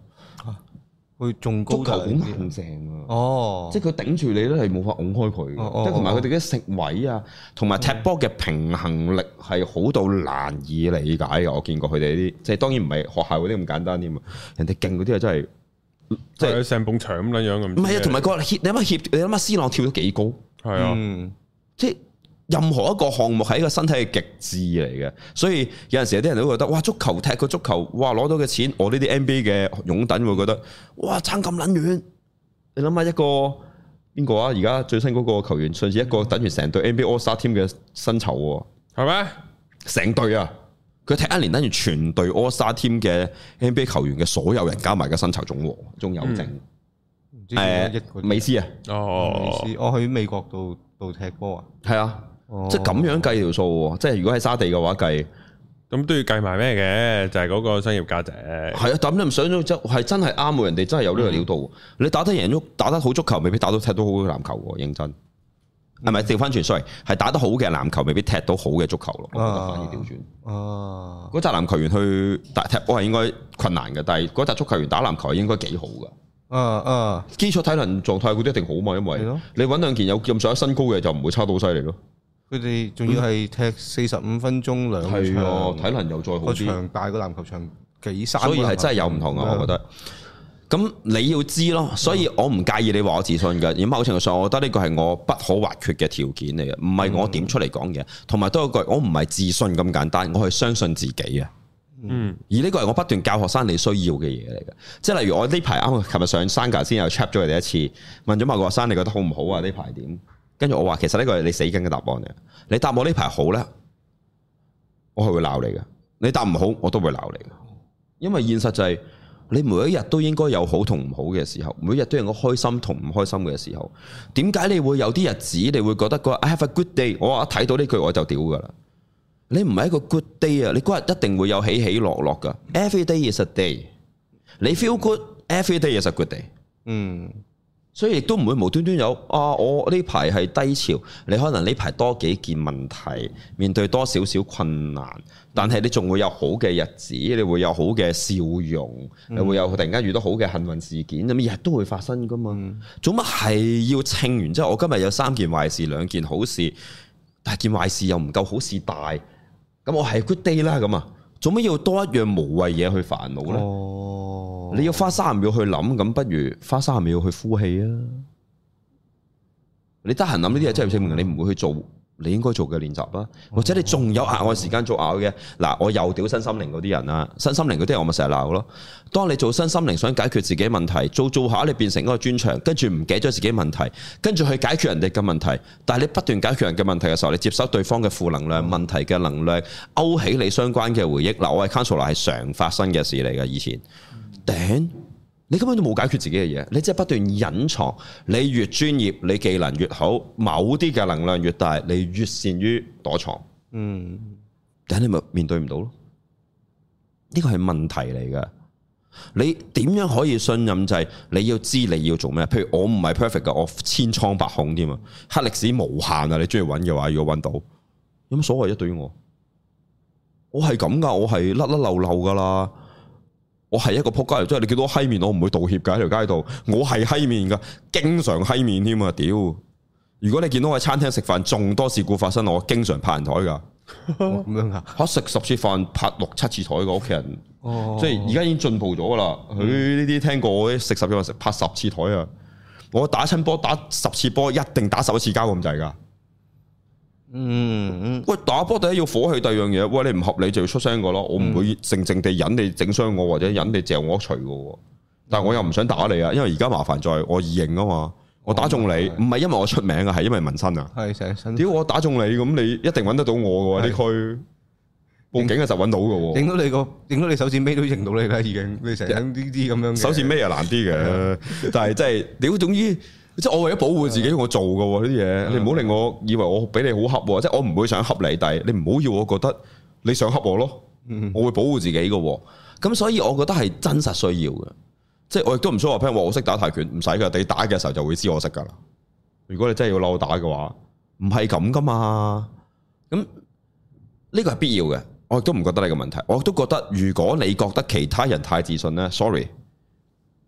[SPEAKER 2] 佢仲高
[SPEAKER 3] 足球好
[SPEAKER 2] 大啲
[SPEAKER 3] 硬正啊，
[SPEAKER 2] 哦，
[SPEAKER 3] 即係佢頂住你都係冇法拱開佢
[SPEAKER 2] 哦哦
[SPEAKER 3] 嘅，即係同埋佢哋嘅食位啊，同埋踢波嘅平衡力係好到難以理解嘅。我見過佢哋啲，即係當然唔係學校嗰啲咁簡單添啊，人哋勁嗰啲啊真係即
[SPEAKER 1] 即
[SPEAKER 3] 係
[SPEAKER 1] 係成埲牆咁樣咁。
[SPEAKER 3] 唔係啊，同埋個協你諗下協，你諗下 C 朗跳咗幾高？
[SPEAKER 1] 係啊，
[SPEAKER 2] 嗯，
[SPEAKER 3] 即係任何一個項目係一個身體嘅極致嚟嘅，所以有陣時有啲人都會覺得哇足球踢個足球，哇攞到嘅錢，我呢啲 NBA 嘅擁躉會覺得哇爭咁撚遠，你諗下一個邊個啊？而家最新嗰個球員，上次一個等於成隊 NBA All Star Team 嘅薪酬喎，
[SPEAKER 1] 係咩？
[SPEAKER 3] 成隊啊！佢踢一年等於全隊 All Star Team 嘅 NBA 球員嘅所有人加埋嘅薪酬總和，仲有剩
[SPEAKER 2] 唔知
[SPEAKER 3] 誒
[SPEAKER 2] 嗯一個
[SPEAKER 3] 美斯啊，
[SPEAKER 1] 哦，
[SPEAKER 2] 美斯，我去美國度度踢波啊，
[SPEAKER 3] 係啊，
[SPEAKER 2] 哦
[SPEAKER 3] 即係咁樣計條數喎，即係如果喺沙地嘅話計。
[SPEAKER 1] 咁都要計埋咩嘅？就係嗰個商業價值。
[SPEAKER 3] 係啊，但咁你唔想咗之後，係真係啱喎，人哋真係有呢個
[SPEAKER 2] 嗯
[SPEAKER 3] 料到喎。你打得贏足，打得好足球，未必打到踢到好嘅籃球喎，認真。係
[SPEAKER 2] 嗯
[SPEAKER 3] 咪調翻轉？sorry，係打得好嘅籃球，未必踢到好嘅足球咯。我覺得反而調轉。
[SPEAKER 2] 啊，
[SPEAKER 3] 嗰扎籃球員去打踢波係應該困難嘅，但係嗰扎足球員打籃球係應該幾好嘅。
[SPEAKER 2] 啊啊，
[SPEAKER 3] 基礎體能狀態嗰啲一定好嘛，因
[SPEAKER 2] 係咯
[SPEAKER 3] 為你揾兩件有咁上下身高嘅就唔會差到好犀利咯。
[SPEAKER 2] 佢哋仲要係踢四十五分鐘兩
[SPEAKER 3] 係啊，
[SPEAKER 2] 場，
[SPEAKER 3] 體能又再好
[SPEAKER 2] 個
[SPEAKER 3] 啲。
[SPEAKER 2] 場大個籃球場幾三個籃
[SPEAKER 3] 所
[SPEAKER 2] 球
[SPEAKER 3] 以係
[SPEAKER 2] 場，
[SPEAKER 3] 真係有唔同啊，我覺嗯得。咁你要知咯，所以我唔介意你話我自信嘅。而某程度上，我覺得呢個係我不可或缺嘅條件嚟嘅，唔係我點出嚟講嘢。同埋都有一句，我唔係自信咁簡單，我係相信自己啊。
[SPEAKER 1] 嗯，
[SPEAKER 3] 而呢個係我不斷教學生你需要嘅嘢嚟嘅，即係例如我呢排啱，琴日上 Sangha 先有 check 咗佢哋一次，問咗某個學生你覺得好唔好啊？呢排點？跟住我話其實呢個係你死緊嘅答案嚟，你答我呢排好呢，我係會鬧你嘅；你答唔好，我都會鬧你嘅。因為現實就係、你每一日都應該有好同唔好嘅時候，每一日都有個開心同唔開心嘅時候。點解你會有啲日子你會覺得嗰日 I have a good day？我一睇到呢句我就屌噶啦。你唔係一個 good day 啊！你嗰日一定會有起起落落噶。Every day is a day。你 feel good，every day is a good day。
[SPEAKER 2] 嗯，
[SPEAKER 3] 所以亦都唔會無端端有啊！我呢排係低潮，你可能呢排多幾件問題，面對多少少困難，但係你仲會有好嘅日子，你會有好嘅笑容，你會有突然間遇到好嘅幸運事件，咁日日都會發生噶嘛。做乜係要稱完之後，我今日有三件壞事，兩件好事，但係件壞事又唔夠好事大，咁我係 good day 啦咁啊！做乜要多一樣無謂嘢去煩惱呢？
[SPEAKER 2] 哦，
[SPEAKER 3] 你要花三十秒去諗，咁不如花三十秒去呼氣啊！你得閒諗呢啲嘢，真係證明你唔會去做你應該做嘅練習啦，啊或者你仲有額外時間做拗嘅。嗱，我又屌身心靈嗰啲人啦，身心靈嗰啲人我咪成日鬧咯。當你做身心靈想解決自己問題，做做下你變成一個專長，跟住唔記得咗自己問題，跟住去解決人哋嘅問題。但係你不斷解決人嘅問題嘅時候，你接收對方嘅負能量、問題嘅能量，勾起你相關嘅回憶。嗱，我係 counselor 係常發生嘅事嚟嘅，以前。頂，你根本都冇解決自己嘅嘢，你只係不斷隱藏。你越專業，你技能越好，某啲嘅能量越大，你越善於躲藏，
[SPEAKER 2] 嗯，
[SPEAKER 3] 咁你咪面對唔到咯。呢個係問題嚟嘅。你點樣可以信任就係你要知你要做咩？譬如我唔係 perfect 嘅，我千瘡百孔添啊，黑歷史無限啊！你中意揾嘅話，如果揾到，有乜所謂一啊對於我？我係咁噶，我係甩甩漏漏噶啦。我係一個仆街嚟，即係你見到我閪面，我唔會道歉㗎喺條街度。我係閪面㗎，經常閪面添啊！屌，如果你見到我喺餐廳食飯，仲多事故發生，我經常拍人台㗎。
[SPEAKER 2] 哦咁樣噶，
[SPEAKER 3] 嚇食十次飯拍六七次台㗎，我屋企人。
[SPEAKER 2] 哦
[SPEAKER 3] 即係而家已經進步咗㗎啦。佢呢啲聽過我啲食十隻飯食拍十次台啊！我打親波打十次波，一定打十一次交咁滯㗎。
[SPEAKER 2] 嗯嗯
[SPEAKER 3] 喂，打波第一要火氣，第二樣嘢，喂你唔合理就要出聲㗎咯。我唔會靜靜地忍你整傷我，或者忍你嚼我一錘㗎喎。但係我又唔想打你啊，因為而家麻煩在我易認啊嘛。我打中你，唔係因為我出名啊，係因為紋身啊。
[SPEAKER 2] 係成日身
[SPEAKER 3] 屌我打中你，咁你一定揾得到我㗎喎呢區。報警嘅就揾到㗎喎。
[SPEAKER 2] 影到你個影到你手指尾都認到你啦，已經你成日呢啲咁樣嘅
[SPEAKER 3] 手指尾又難啲嘅，但係真係屌，總之即係我為咗保護自己，我做嘅喎呢啲嘢，
[SPEAKER 2] 嗯
[SPEAKER 3] 你唔好令我以為我俾你好恰喎，即係我唔會想恰你，但係你唔好要我覺得你想恰我咯，
[SPEAKER 2] 嗯
[SPEAKER 3] 我會保護自己嘅喎，咁所以我覺得係真實需要嘅，即係我亦都唔需要話俾人話我識打泰拳，唔使㗎，你打嘅時候就會知我識㗎啦。如果你真係要嬲打嘅話，唔係咁噶嘛，咁呢個係必要嘅。我亦都唔覺得你個問題，我亦都覺得如果你覺得其他人太自信呢 s o r r y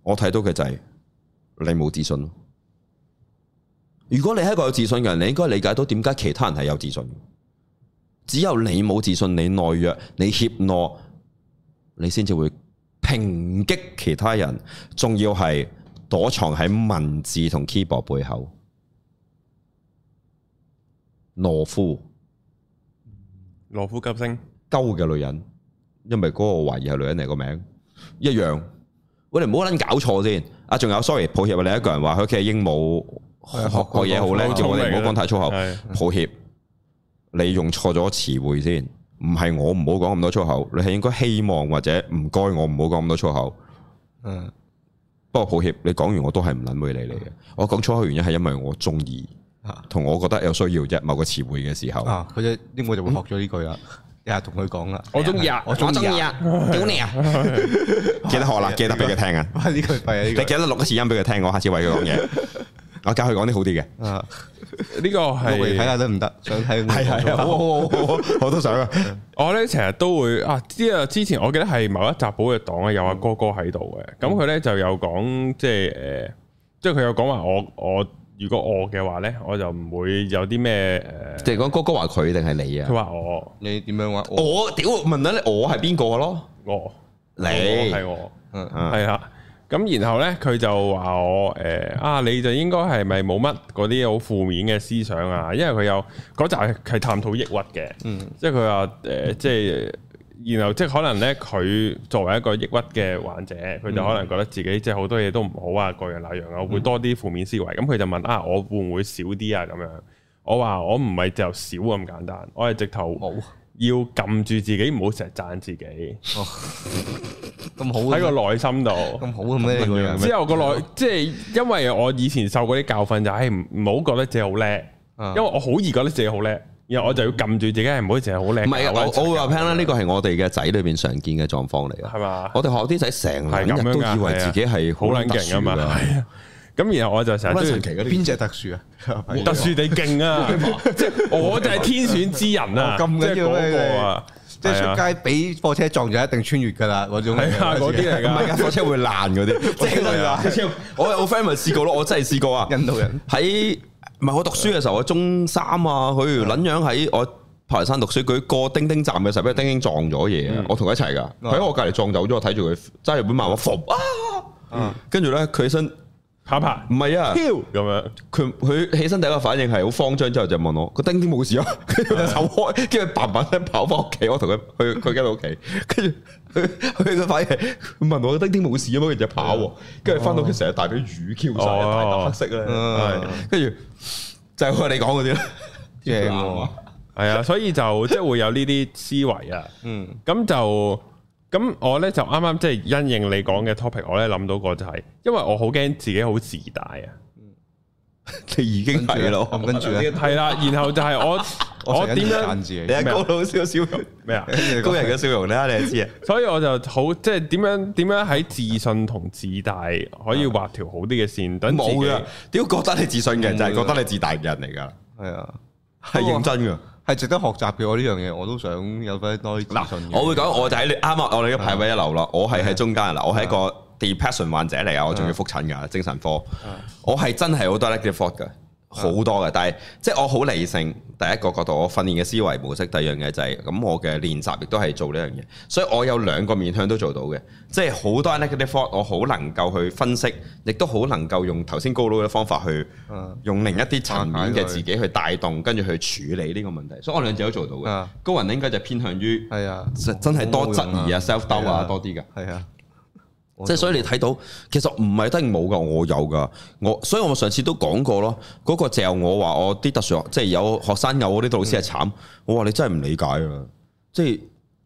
[SPEAKER 3] 我睇到嘅就係你冇自信咯。如果你係一個有自信嘅人，你應該理解到點解其他人係有自信。只有你冇自信，你懦弱，你怯懦，你先至會抨擊其他人，仲要係躲藏喺文字同 keyboard 背後。懦夫
[SPEAKER 1] 羅夫急升，
[SPEAKER 3] 鳩嘅女人，因為嗰個我懷疑係女人嚟個名一樣。喂，你唔好撚搞錯先。啊，仲有，sorry，抱歉啊！另一個人話佢屋企鸚鵡學
[SPEAKER 2] 學過
[SPEAKER 3] 學嘢好叻，
[SPEAKER 2] 粗
[SPEAKER 3] 叫
[SPEAKER 1] 口
[SPEAKER 3] 我哋唔好講太粗口
[SPEAKER 1] 係。
[SPEAKER 3] 抱歉，你用錯咗詞彙先。唔係我唔好講咁多粗口，你係應該希望或者唔該我唔好講咁多粗口。
[SPEAKER 2] 嗯
[SPEAKER 3] 不過抱歉，你講完我都係唔撚會理你嘅。我講粗口原因係因為我中意，
[SPEAKER 2] 啊
[SPEAKER 3] 同我覺得有需要啫。某個詞彙嘅時候，
[SPEAKER 2] 啊，佢只英文就會學咗呢句啦，日日同佢講啦，
[SPEAKER 1] 我中意啊！
[SPEAKER 2] 我中意啊，
[SPEAKER 3] 屌你啊！記得學啦，記得俾佢聽啊！
[SPEAKER 2] 哇呢句弊啊呢
[SPEAKER 3] 你
[SPEAKER 2] 句
[SPEAKER 3] 記得錄一次音俾佢聽，我下次為佢講 嘢，我教佢講啲好啲嘅。
[SPEAKER 2] 啊，
[SPEAKER 1] 呢個
[SPEAKER 2] 我嚟睇
[SPEAKER 1] 係
[SPEAKER 2] 下得唔得？想睇
[SPEAKER 3] 係係係，好好好好好，我都想啊。
[SPEAKER 1] 我咧成日都會啊！知啊，之前我記得係某一集寶藥黨啊，有阿哥哥喺度
[SPEAKER 2] 嗯
[SPEAKER 1] 嘅，咁佢咧就有講即係誒，即係佢有講話我我如果我嘅話咧，我就唔會有啲咩呃
[SPEAKER 3] 即係講哥哥話佢定係你
[SPEAKER 1] 誒，佢
[SPEAKER 3] 啊？
[SPEAKER 1] 話我
[SPEAKER 2] 你點樣話？我
[SPEAKER 3] 我屌問緊你，我係邊個咯？
[SPEAKER 1] 我
[SPEAKER 3] 你
[SPEAKER 1] 係我。
[SPEAKER 2] 嗯
[SPEAKER 3] 啊
[SPEAKER 1] 係啦。咁然後呢，佢就話我誒、呃啊，你就應該係咪冇乜嗰啲好負面嘅思想啊？因為佢有嗰集係係探討抑鬱嘅，即係佢話誒，即係然後即係可能呢，佢作為一個抑鬱嘅患者，佢就可能覺得自己即係好多嘢都唔好啊，各樣那樣啊，會多啲負面思維。咁佢就問啊，我會唔會少啲啊？咁樣，我話我唔係就少咁簡單，我係直頭
[SPEAKER 2] 冇
[SPEAKER 1] 要撳住自己，唔好成日讚自己。
[SPEAKER 2] 咁好
[SPEAKER 1] 喺
[SPEAKER 2] 嘅咩
[SPEAKER 1] 個內心度。
[SPEAKER 2] 咁好嘅咩個人
[SPEAKER 1] 之後個內即係因為我以前受過啲教訓就係唔唔好覺得自己好叻，因為我好易覺得自己好叻，然後我就要撳住自己係唔好自己好叻。
[SPEAKER 3] 唔係，我我會話俾你聽啦，呢
[SPEAKER 1] 個
[SPEAKER 3] 個係我哋嘅仔裏邊常見嘅狀況嚟㗎。
[SPEAKER 1] 係嘛？
[SPEAKER 3] 我哋學校啲仔成
[SPEAKER 1] 係咁
[SPEAKER 3] 日
[SPEAKER 1] 樣
[SPEAKER 3] 都
[SPEAKER 1] 㗎
[SPEAKER 3] 以為自己係
[SPEAKER 1] 好撚勁啊嘛，係啊。咁然後我就成日
[SPEAKER 3] 好
[SPEAKER 1] 都
[SPEAKER 3] 撚
[SPEAKER 1] 要
[SPEAKER 3] 神奇嗰啲。
[SPEAKER 2] 啊邊只特殊啊？
[SPEAKER 1] 特殊地勁 啊！即係我就係天選之人啊！
[SPEAKER 2] 哦咁緊要
[SPEAKER 1] 即係嗰
[SPEAKER 2] 咩
[SPEAKER 1] 個啊，
[SPEAKER 2] 即係出
[SPEAKER 1] 係啊
[SPEAKER 2] 街俾貨車撞就一定穿越㗎啦，嗰種
[SPEAKER 1] 係啊嗰啲嚟
[SPEAKER 3] 唔係
[SPEAKER 1] 㗎。
[SPEAKER 3] 架火車會爛嗰啲， 即係佢話，我我 friend 咪試過咯，我真係試過啊！
[SPEAKER 2] 印度人
[SPEAKER 3] 喺唔係我讀書嘅時候，我中三啊，佢撚樣喺我排山讀書，佢過叮叮站嘅時候，俾叮叮撞咗嘢啊！我同佢一齊㗎，佢喺我隔離撞走咗，我睇住佢揸住本漫畫伏啊！跟住咧，佢起身唔
[SPEAKER 1] 跑拍
[SPEAKER 3] 係啊，
[SPEAKER 1] 飄咁樣，
[SPEAKER 3] 佢佢起身第一個反應係好慌張，之後就問我個叮叮冇事 啊，跟住就手開，跟住砰砰聲跑翻屋企，我同佢去佢跟到屋企，跟住佢佢嘅反應係佢問我個叮叮冇事啊嘛，跟住就跑喎，跟住翻到屋企成日大髀淤 Q 晒，
[SPEAKER 1] 哦
[SPEAKER 3] 大笪黑色咧，
[SPEAKER 2] 嗯
[SPEAKER 3] 係跟住就係我哋講嗰啲啦，
[SPEAKER 2] 正喎，
[SPEAKER 1] 係啊，所以就即係會有呢啲思維啊。
[SPEAKER 2] 嗯，
[SPEAKER 1] 咁就咁我咧就啱啱即係因應你講嘅 topic，我咧諗到個就係，因為我好驚自己好自大啊。
[SPEAKER 3] 你已經
[SPEAKER 2] 啊
[SPEAKER 3] 係咯，
[SPEAKER 2] 跟住呢跟住呢
[SPEAKER 1] 係啦，然後就係我我點
[SPEAKER 2] 讚
[SPEAKER 1] 樣
[SPEAKER 2] 自
[SPEAKER 3] 啊你
[SPEAKER 2] 己，
[SPEAKER 3] 係高佬少少容，
[SPEAKER 1] 咩啊？
[SPEAKER 3] 高人嘅笑容咧，你係知啊，
[SPEAKER 1] 所以我就好即係點樣點樣喺自信同自大可以畫條好啲嘅線，等自
[SPEAKER 3] 冇
[SPEAKER 1] 己
[SPEAKER 3] 嘅，屌覺得你自信嘅人就係覺得你自大嘅人嚟㗎，
[SPEAKER 2] 係啊，
[SPEAKER 3] 係認真㗎。
[SPEAKER 2] 係值得學習嘅。我呢樣嘢我都想有翻多啲自信嘅。
[SPEAKER 3] 我會講，我就喺你啱啊！我哋嘅排位一流啦，我係喺中間啦，啊我係一個 depression 患者嚟啊！我仲要復診㗎，精神科，我係真係好多 negative thought 嘅，好多嘅。但係即係我好理性，第一個角度，我訓練嘅思維模式，第二樣嘢就係咁，我嘅練習亦都係做呢樣嘢，所以我有兩個面向都做到嘅，即係好多 negative thought，我好能夠去分析，亦都好能夠用頭先高佬嘅方法去
[SPEAKER 2] 嗯
[SPEAKER 3] 用另一啲層面
[SPEAKER 2] 化解
[SPEAKER 3] 嘅
[SPEAKER 2] 佢
[SPEAKER 3] 自己去帶動，跟住去處理呢個問題。所以我兩者都做到嘅
[SPEAKER 2] 啊。
[SPEAKER 3] 高人應該就偏向於。
[SPEAKER 2] 係啊，
[SPEAKER 3] 實真係多質疑哦啊、self doubt 啊多啲噶。
[SPEAKER 2] 係啊，
[SPEAKER 3] 即係所以你睇到，其實唔係得冇噶，我有噶，我所以我上次都講過咯，嗰、個就我話我啲特殊學，即係有學生有我啲老師係慘，我話你真係唔理解啊，即係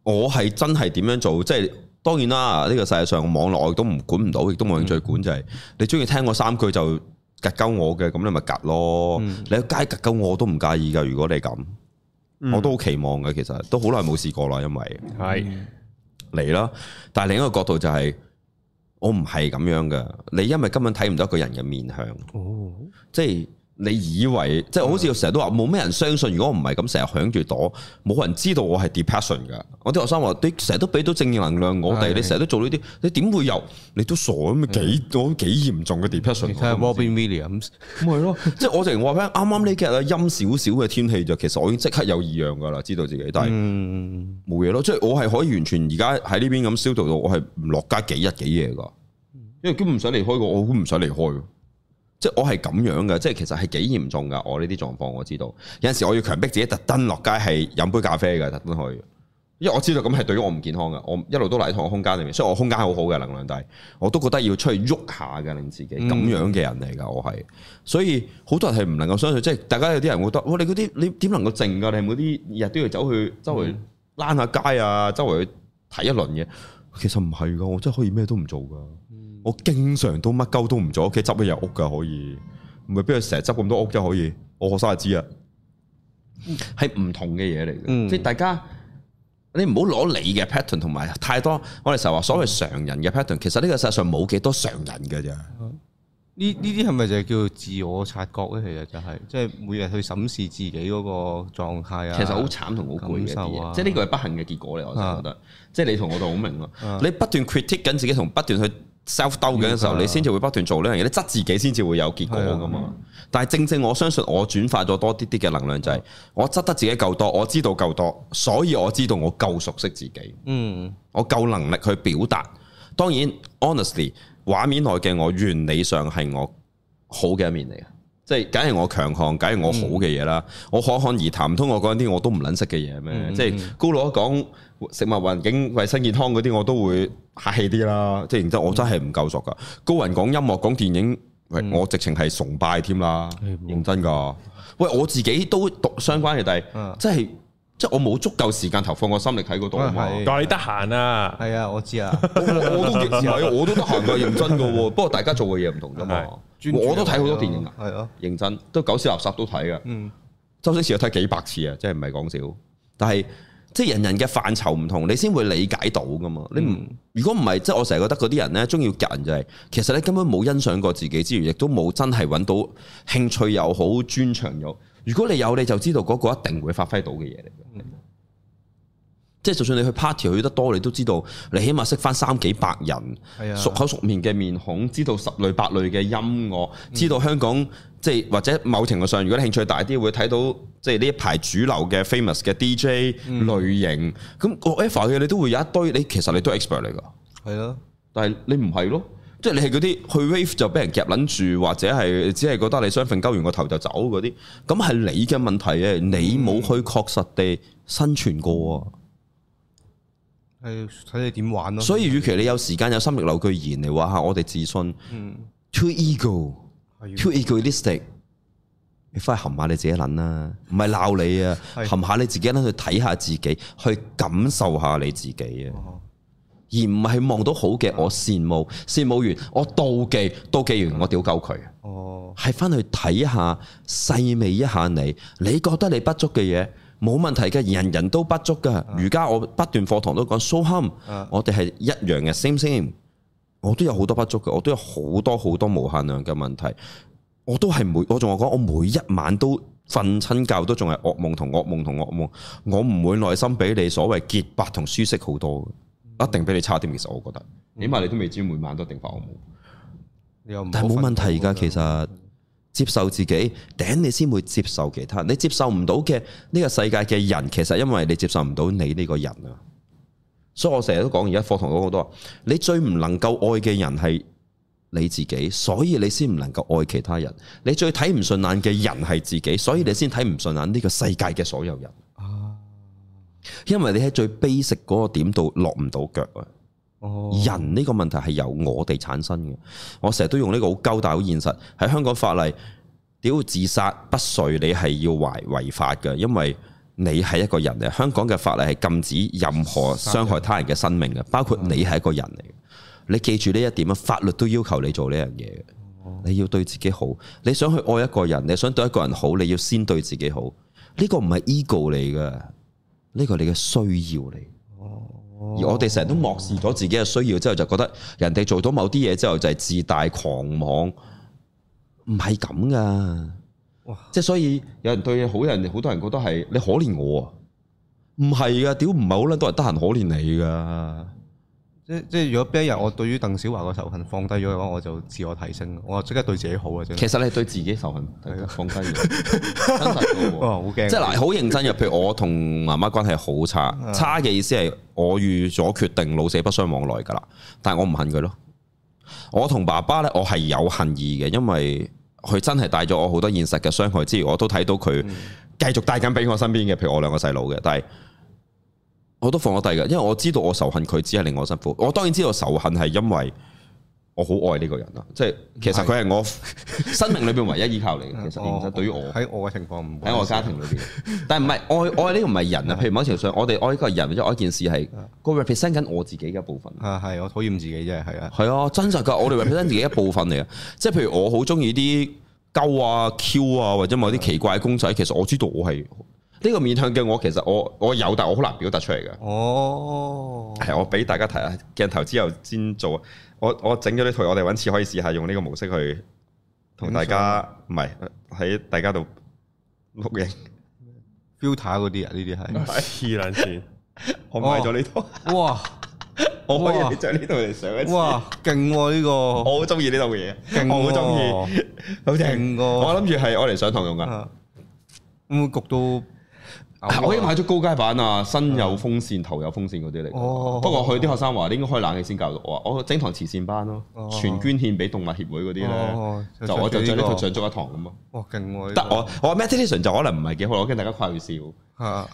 [SPEAKER 3] 我係真係點樣做，即係當然啦，呢、個世界上網絡我亦都唔管唔到，亦都冇興趣管，就係、你中意聽我三句就夾鳩我嘅，咁你咪夾咯，你喺街夾鳩我都唔介意噶，如果你咁，我都好期望嘅，其實都好耐冇試過啦，因為。
[SPEAKER 1] 係
[SPEAKER 3] 嚟啦。但係另一個角度就係、我唔係咁樣嘅。你因為根本睇唔到一個人嘅面向，
[SPEAKER 2] 哦
[SPEAKER 3] 即係你以為，即係我好似我成日都話冇咩人相信。如果我唔係咁，成日響住朵，冇人知道我係 depression 噶。我啲學生話：你成日都俾到正能量我哋，
[SPEAKER 2] 係嗯
[SPEAKER 3] 你成日都做呢啲，你點會有？你都傻咁，幾我幾嚴重嘅 depression
[SPEAKER 2] 你。睇下 Robin Williams
[SPEAKER 3] 咁咪咯，即係我成日話俾你聽啱啱呢幾日啊，陰少少嘅天氣就其實我已經即刻有異樣噶啦，知道自己，但係。
[SPEAKER 2] 嗯，
[SPEAKER 3] 冇嘢咯，即係我係可以完全而家喺呢邊咁消毒到，我係唔落街幾日幾夜噶，因為根本唔想離開個，我都唔想離開㗎即係我係咁樣嘅，即係其實係幾嚴重噶。我呢啲狀況我知道，有陣時我要強迫自己特登落街係飲杯咖啡嘅，特登去，因為我知道咁係對於我唔健康嘅。我一路都留喺同一個空間裏面，雖然我空間好好嘅能量，但係我都覺得要出去喐下嘅，令自己咁樣嘅人嚟噶。我係，所以好多人係唔能夠相信，即係大家有啲人會覺得，哇！你嗰啲你點能夠靜㗎？你係冇啲日日都要走去周圍躝下街啊，周圍去睇一輪嘅。其實唔係㗎，我真係可以咩都唔做㗎。我經常都乜鳩都唔做，屋企執一日屋㗎可以，唔係邊度成日執咁多屋啫可以。我學生就知啊，係唔同嘅嘢嚟嘅，
[SPEAKER 2] 嗯
[SPEAKER 3] 即係大家。你唔好攞你嘅 pattern 同埋太多，我哋成日話所謂常人嘅 pattern，其實呢個世界上冇幾多常人嘅啫。
[SPEAKER 2] 呢呢啲係咪就係叫做自我察覺咧？其實就係即係每日去審視自己嗰個狀態啊。
[SPEAKER 3] 其實好慘同好攰嘅一啲
[SPEAKER 2] 感受
[SPEAKER 3] 嘢，
[SPEAKER 2] 啊
[SPEAKER 3] 即係呢個係不幸嘅結果嚟，我真係覺得。即係你同我就好明咯
[SPEAKER 2] 啊，
[SPEAKER 3] 你不斷 critic 緊自己，同不斷去 self d o u 嘅時候，
[SPEAKER 2] 嗯
[SPEAKER 3] 你先至會不斷做呢樣嘢，你質自己先至會有結果噶
[SPEAKER 2] 啊
[SPEAKER 3] 嘛。但係正正我相信我轉化咗多啲啲嘅能量，就係我質得自己夠多，我知道夠多，所以我知道我夠熟悉自己。
[SPEAKER 2] 嗯，
[SPEAKER 3] 我夠能力去表達。當然，honestly，畫面內嘅我原理上係我好嘅一面嚟嘅，即係梗係我強項，梗係我好嘅嘢啦。我侃侃而談，唔通我講啲我都唔撚識嘅嘢咩？即係高佬一講食物環境衞生健康嗰啲，我都會客氣啲啦。即係認真，我真係唔夠熟噶。高人講音樂講電影。喂，我直情係崇拜添啦，認真噶。喂，我自己都讀相關嘅，但係
[SPEAKER 2] 嗯
[SPEAKER 3] 真係即係我冇足夠時間投放個心力喺嗰度啊嘛。
[SPEAKER 2] 係
[SPEAKER 1] 但係你得閒啊，
[SPEAKER 2] 係啊，我知啊，
[SPEAKER 3] 我 我都極啊係，我都得閒㗎，認真㗎喎。不過大家做嘅嘢唔同㗎嘛。我都睇好多電影啊，
[SPEAKER 2] 係咯，
[SPEAKER 3] 認真都狗屎垃圾都睇㗎。
[SPEAKER 2] 嗯，
[SPEAKER 3] 周星馳我睇幾百次啊，真係唔係講少。但係即係人人嘅範疇唔同，你先會理解到噶嘛。你唔、如果唔係，即係我成日覺得嗰啲人呢，中意夾人就係、其實你根本冇欣賞過自己之餘，亦都冇真係揾到興趣又好專長又好。如果你有，你就知道嗰個一定會發揮到嘅嘢嚟嘅。即係就算你去 party 去得多，你都知道你起碼識翻三幾百人。
[SPEAKER 2] 係啊，
[SPEAKER 3] 熟口熟面嘅面孔，知道十類八類嘅音樂，知道香港即係或者某程度上，如果你興趣大啲，會睇到即係呢一排主流嘅 famous 嘅 DJ 類型。咁個 ever 嘅你都會有一堆，你其實你都係 expert 嚟㗎，
[SPEAKER 2] 係咯，
[SPEAKER 3] 但係你唔係咯。即係你係嗰啲去 wave 就俾人夾撚住，或者係只係覺得你想瞓鳩完個頭就走嗰啲，咁係你嘅問題嘅，你冇去確實地生存過啊。
[SPEAKER 2] 係睇你點玩咯。
[SPEAKER 3] 所以，與其你有時間有心力留句言嚟話下我哋自信、t o o ego。
[SPEAKER 2] 嗯係啊
[SPEAKER 3] too egoistic。你翻去含下你自己撚啦，唔係鬧你啊，
[SPEAKER 2] 係
[SPEAKER 3] 含下你自己撚去睇下自己，去感受下你自己啊，
[SPEAKER 2] 哦
[SPEAKER 3] 而唔係望到好嘅我羨慕，羨慕完我妒忌，妒忌完我屌鳩佢，啊
[SPEAKER 2] 哦，
[SPEAKER 3] 係翻去睇下細味一下你，你覺得你不足嘅嘢冇問題嘅，人人都不足噶。而家我不斷課堂都講 so hum，
[SPEAKER 2] 啊
[SPEAKER 3] 我哋係一樣嘅 same same，我都有好多不足嘅，我都有好多好多無限量嘅問題。我都係每我仲話講，我每一晚都瞓親覺都仲係噩夢同噩夢同噩夢，我唔會內心比你所謂潔白同舒適好多嘅，一定比你差啲。其實我覺得，起碼你都未知每晚都一定發噩夢，
[SPEAKER 2] 你又唔
[SPEAKER 3] 但係冇問題㗎。其
[SPEAKER 2] 實
[SPEAKER 3] 實接受自己頂，你先會接受其他人。你接受唔到嘅呢個世界嘅人，其實因為你接受唔到你呢個人啊。所以我成日都講，而家課堂講好多，你最唔能夠愛嘅人係你自己，所以你先唔能夠愛其他人。你最睇唔順眼嘅人係自己，所以你先睇唔順眼呢個世界嘅所有人。
[SPEAKER 2] 啊
[SPEAKER 3] 因為你喺最 basic 嗰個點度落唔到腳啊！
[SPEAKER 2] 哦，
[SPEAKER 3] 人呢個問題係由我哋產生嘅。我成日都用呢個好鳩，但係好現實。喺香港法例，屌自殺不遂，你係要違違法嘅，因為你係一個人嚟。香港嘅法例係禁止任何傷害他人嘅生命嘅，包括你係一個人嚟嘅。你記住呢一點啊，法律都要求你做呢樣嘢嘅。你要對自己好，你想去愛一個人，你想對一個人好，你要先對自己好。呢、個唔係 ego 嚟嘅，呢個係你嘅需要嚟。而我哋成日都漠視咗自己嘅需要之後，就覺得人哋做到某啲嘢之後就係自大狂妄，唔係咁噶
[SPEAKER 2] 哇。
[SPEAKER 3] 即係所以有人對你好，人哋好多人覺得係你可憐我啊，唔係噶，屌唔係好撚多人得閒可憐你噶。
[SPEAKER 2] 即即如果邊一日我對於鄧小華個仇恨放低咗嘅話，我就自我提升，我即刻對自己好啊！真係
[SPEAKER 3] 其實你係對啊自己仇恨放低咗，真實㗎 喎
[SPEAKER 2] 哇，好驚！哦
[SPEAKER 3] 即係嗱，好認真嘅。譬如我同媽媽關係好差，
[SPEAKER 2] 啊
[SPEAKER 3] 差嘅意思係我預咗決定老死不相往來㗎啦。但係我唔恨佢咯。我同爸爸呢，我係有恨意嘅，因為佢真係帶咗我好多現實嘅傷害之餘，我都睇到佢
[SPEAKER 2] 嗯
[SPEAKER 3] 繼續帶緊俾我身邊嘅，譬如我兩個細佬嘅，但係。我都放咗低嘅，因為我知道我仇恨佢只係令我辛苦。我當然知道仇恨係因為我好愛呢個人啦，即係其實佢係我生命裏邊唯一依靠嚟嘅。其實
[SPEAKER 2] 哦
[SPEAKER 3] 認真對於我
[SPEAKER 2] 喺我嘅情況唔
[SPEAKER 3] 喺我家庭裏邊，但係唔係愛愛呢個唔係人啊。譬啊如某程度上，我哋愛一個人或者愛一件事係個 represent 緊我自己嘅一部分。
[SPEAKER 2] 啊，係我討厭自己啫，係啊，
[SPEAKER 3] 係啊，真實㗎，我哋 represent 自己一部分嚟嘅。 即係譬如我好中意啲鳩啊、Q 啊，或者某啲奇怪嘅公仔，其實我知道我係呢個面向嘅我，其實我我有，但我好難表達出嚟嘅。
[SPEAKER 2] 哦，
[SPEAKER 3] 係我俾大家睇下鏡頭之後先做。啊我我整咗呢套，我哋揾次可以試下用呢個模式去同大家唔係喺大家度錄影。
[SPEAKER 2] filter 嗰啲啊，呢啲係
[SPEAKER 1] 黐撚線。
[SPEAKER 3] 我買咗呢套。
[SPEAKER 2] 哇
[SPEAKER 3] 我可以
[SPEAKER 2] 哇
[SPEAKER 3] 你着呢套嚟上一次。
[SPEAKER 2] 哇勁喎呢
[SPEAKER 3] 我
[SPEAKER 2] 個，
[SPEAKER 3] 好中意呢套嘢，
[SPEAKER 2] 勁
[SPEAKER 3] 我好中意，
[SPEAKER 2] 意，
[SPEAKER 3] 好
[SPEAKER 2] 勁
[SPEAKER 3] 正。
[SPEAKER 2] 喎
[SPEAKER 3] 我諗住係我嚟上堂用噶。
[SPEAKER 2] 啊會唔會焗到嘔啊
[SPEAKER 3] 我已經買咗高階版啊，身有風扇、頭有風扇嗰啲嚟
[SPEAKER 2] 哦
[SPEAKER 3] 㗎。不過佢啲學生話你應該開冷氣先教到我啊，我整堂慈善班咯
[SPEAKER 2] 哦，
[SPEAKER 3] 全捐獻俾動物協會嗰啲咧，
[SPEAKER 2] 哦
[SPEAKER 3] 就我就
[SPEAKER 2] 着
[SPEAKER 3] 着呢
[SPEAKER 2] 呢個
[SPEAKER 3] 套上足一堂咁咯。
[SPEAKER 2] 哇勁喎呢個，
[SPEAKER 3] 得我我 meditation 就可能唔係幾好，我驚大家快會笑，
[SPEAKER 2] 嚇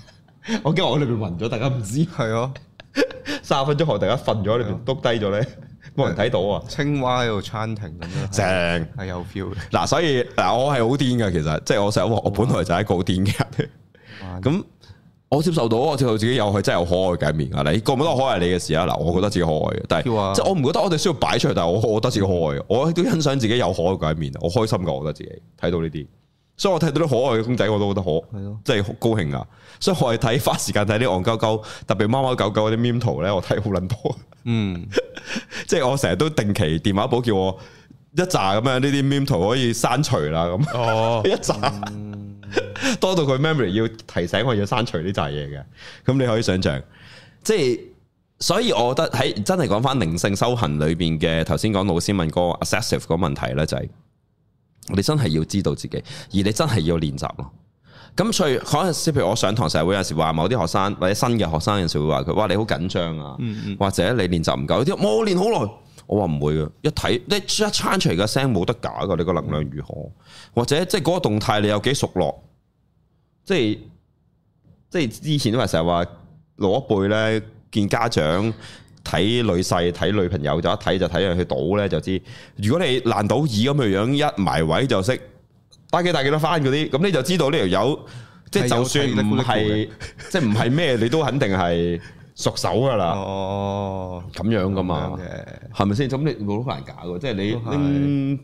[SPEAKER 3] 我驚我喺裏邊暈咗，大家唔知。
[SPEAKER 2] 啊係咯，
[SPEAKER 3] 三十分鐘後大家瞓咗喺裏
[SPEAKER 2] 哦
[SPEAKER 3] 邊，篤低咗咧，冇人睇到啊！
[SPEAKER 2] 青蛙喺度餐停咁樣，
[SPEAKER 3] 正。
[SPEAKER 2] 係有 feel 嘅
[SPEAKER 3] 嗱，所以嗱，我係好癲噶，其實即係我成日話我本來就係一個好癲嘅人，
[SPEAKER 2] 哇
[SPEAKER 3] 咁我接受到，我接受自己有佢真係有可愛嘅一面啊！你覺唔覺得可愛係你嘅事啊？嗱，我覺得自己可愛嘅，但係
[SPEAKER 2] 要啊
[SPEAKER 3] 即係我唔覺得我哋需要擺出嚟，但係我我覺得自己可愛嘅，我都欣賞自己有可愛嘅一面，我開心噶，我覺得自己睇到呢啲，所以我睇到啲可愛嘅公仔，我都覺得可
[SPEAKER 2] 係咯
[SPEAKER 3] 即係好高興啊！所以我係睇花時間睇啲戇鳩鳩，特別貓貓狗狗嗰啲 meme 圖咧，我睇好撚多。
[SPEAKER 2] 嗯，
[SPEAKER 3] 即係我成日都定期電話簿叫我一扎咁樣呢啲 meme 圖可以刪除啦，咁
[SPEAKER 1] 哦，
[SPEAKER 3] 一扎多到佢 memory 要提醒我要刪除呢扎嘢嘅，咁你可以想象，即係所以我覺得喺真係講翻靈性修行裏邊嘅頭先講老師問嗰個 assessive 個問題咧，就係、你真係要知道自己，而你真係要練習咯。咁所以嗰陣時，譬如我上堂成日會有陣時話某啲學生或者新嘅學生有陣時會話佢，哇你好緊張啊，或者你練習唔夠，有啲話我練好耐，我話唔會嘅，一睇一一餐出嚟嘅聲冇得假㗎，你個能量如何，或者即係嗰個動態你有幾熟落，即係即係之前都話成日話老一輩咧見家長。睇女婿睇女朋友就一睇就睇人去賭咧就知，如果你爛賭耳咁嘅樣一埋位就識打幾大幾多翻嗰啲，咁你就知道呢條友即係
[SPEAKER 2] 係有
[SPEAKER 3] 就算
[SPEAKER 2] 睇
[SPEAKER 3] 唔
[SPEAKER 2] 叻咕叻
[SPEAKER 3] 係即係唔係咩，你都肯定係熟手噶啦，
[SPEAKER 2] 哦，
[SPEAKER 3] 啊咁啊樣噶嘛
[SPEAKER 2] 咁，樣嘅，
[SPEAKER 3] 係咪先？咁你冇得難假嘅，即係你
[SPEAKER 2] 都係
[SPEAKER 3] 拎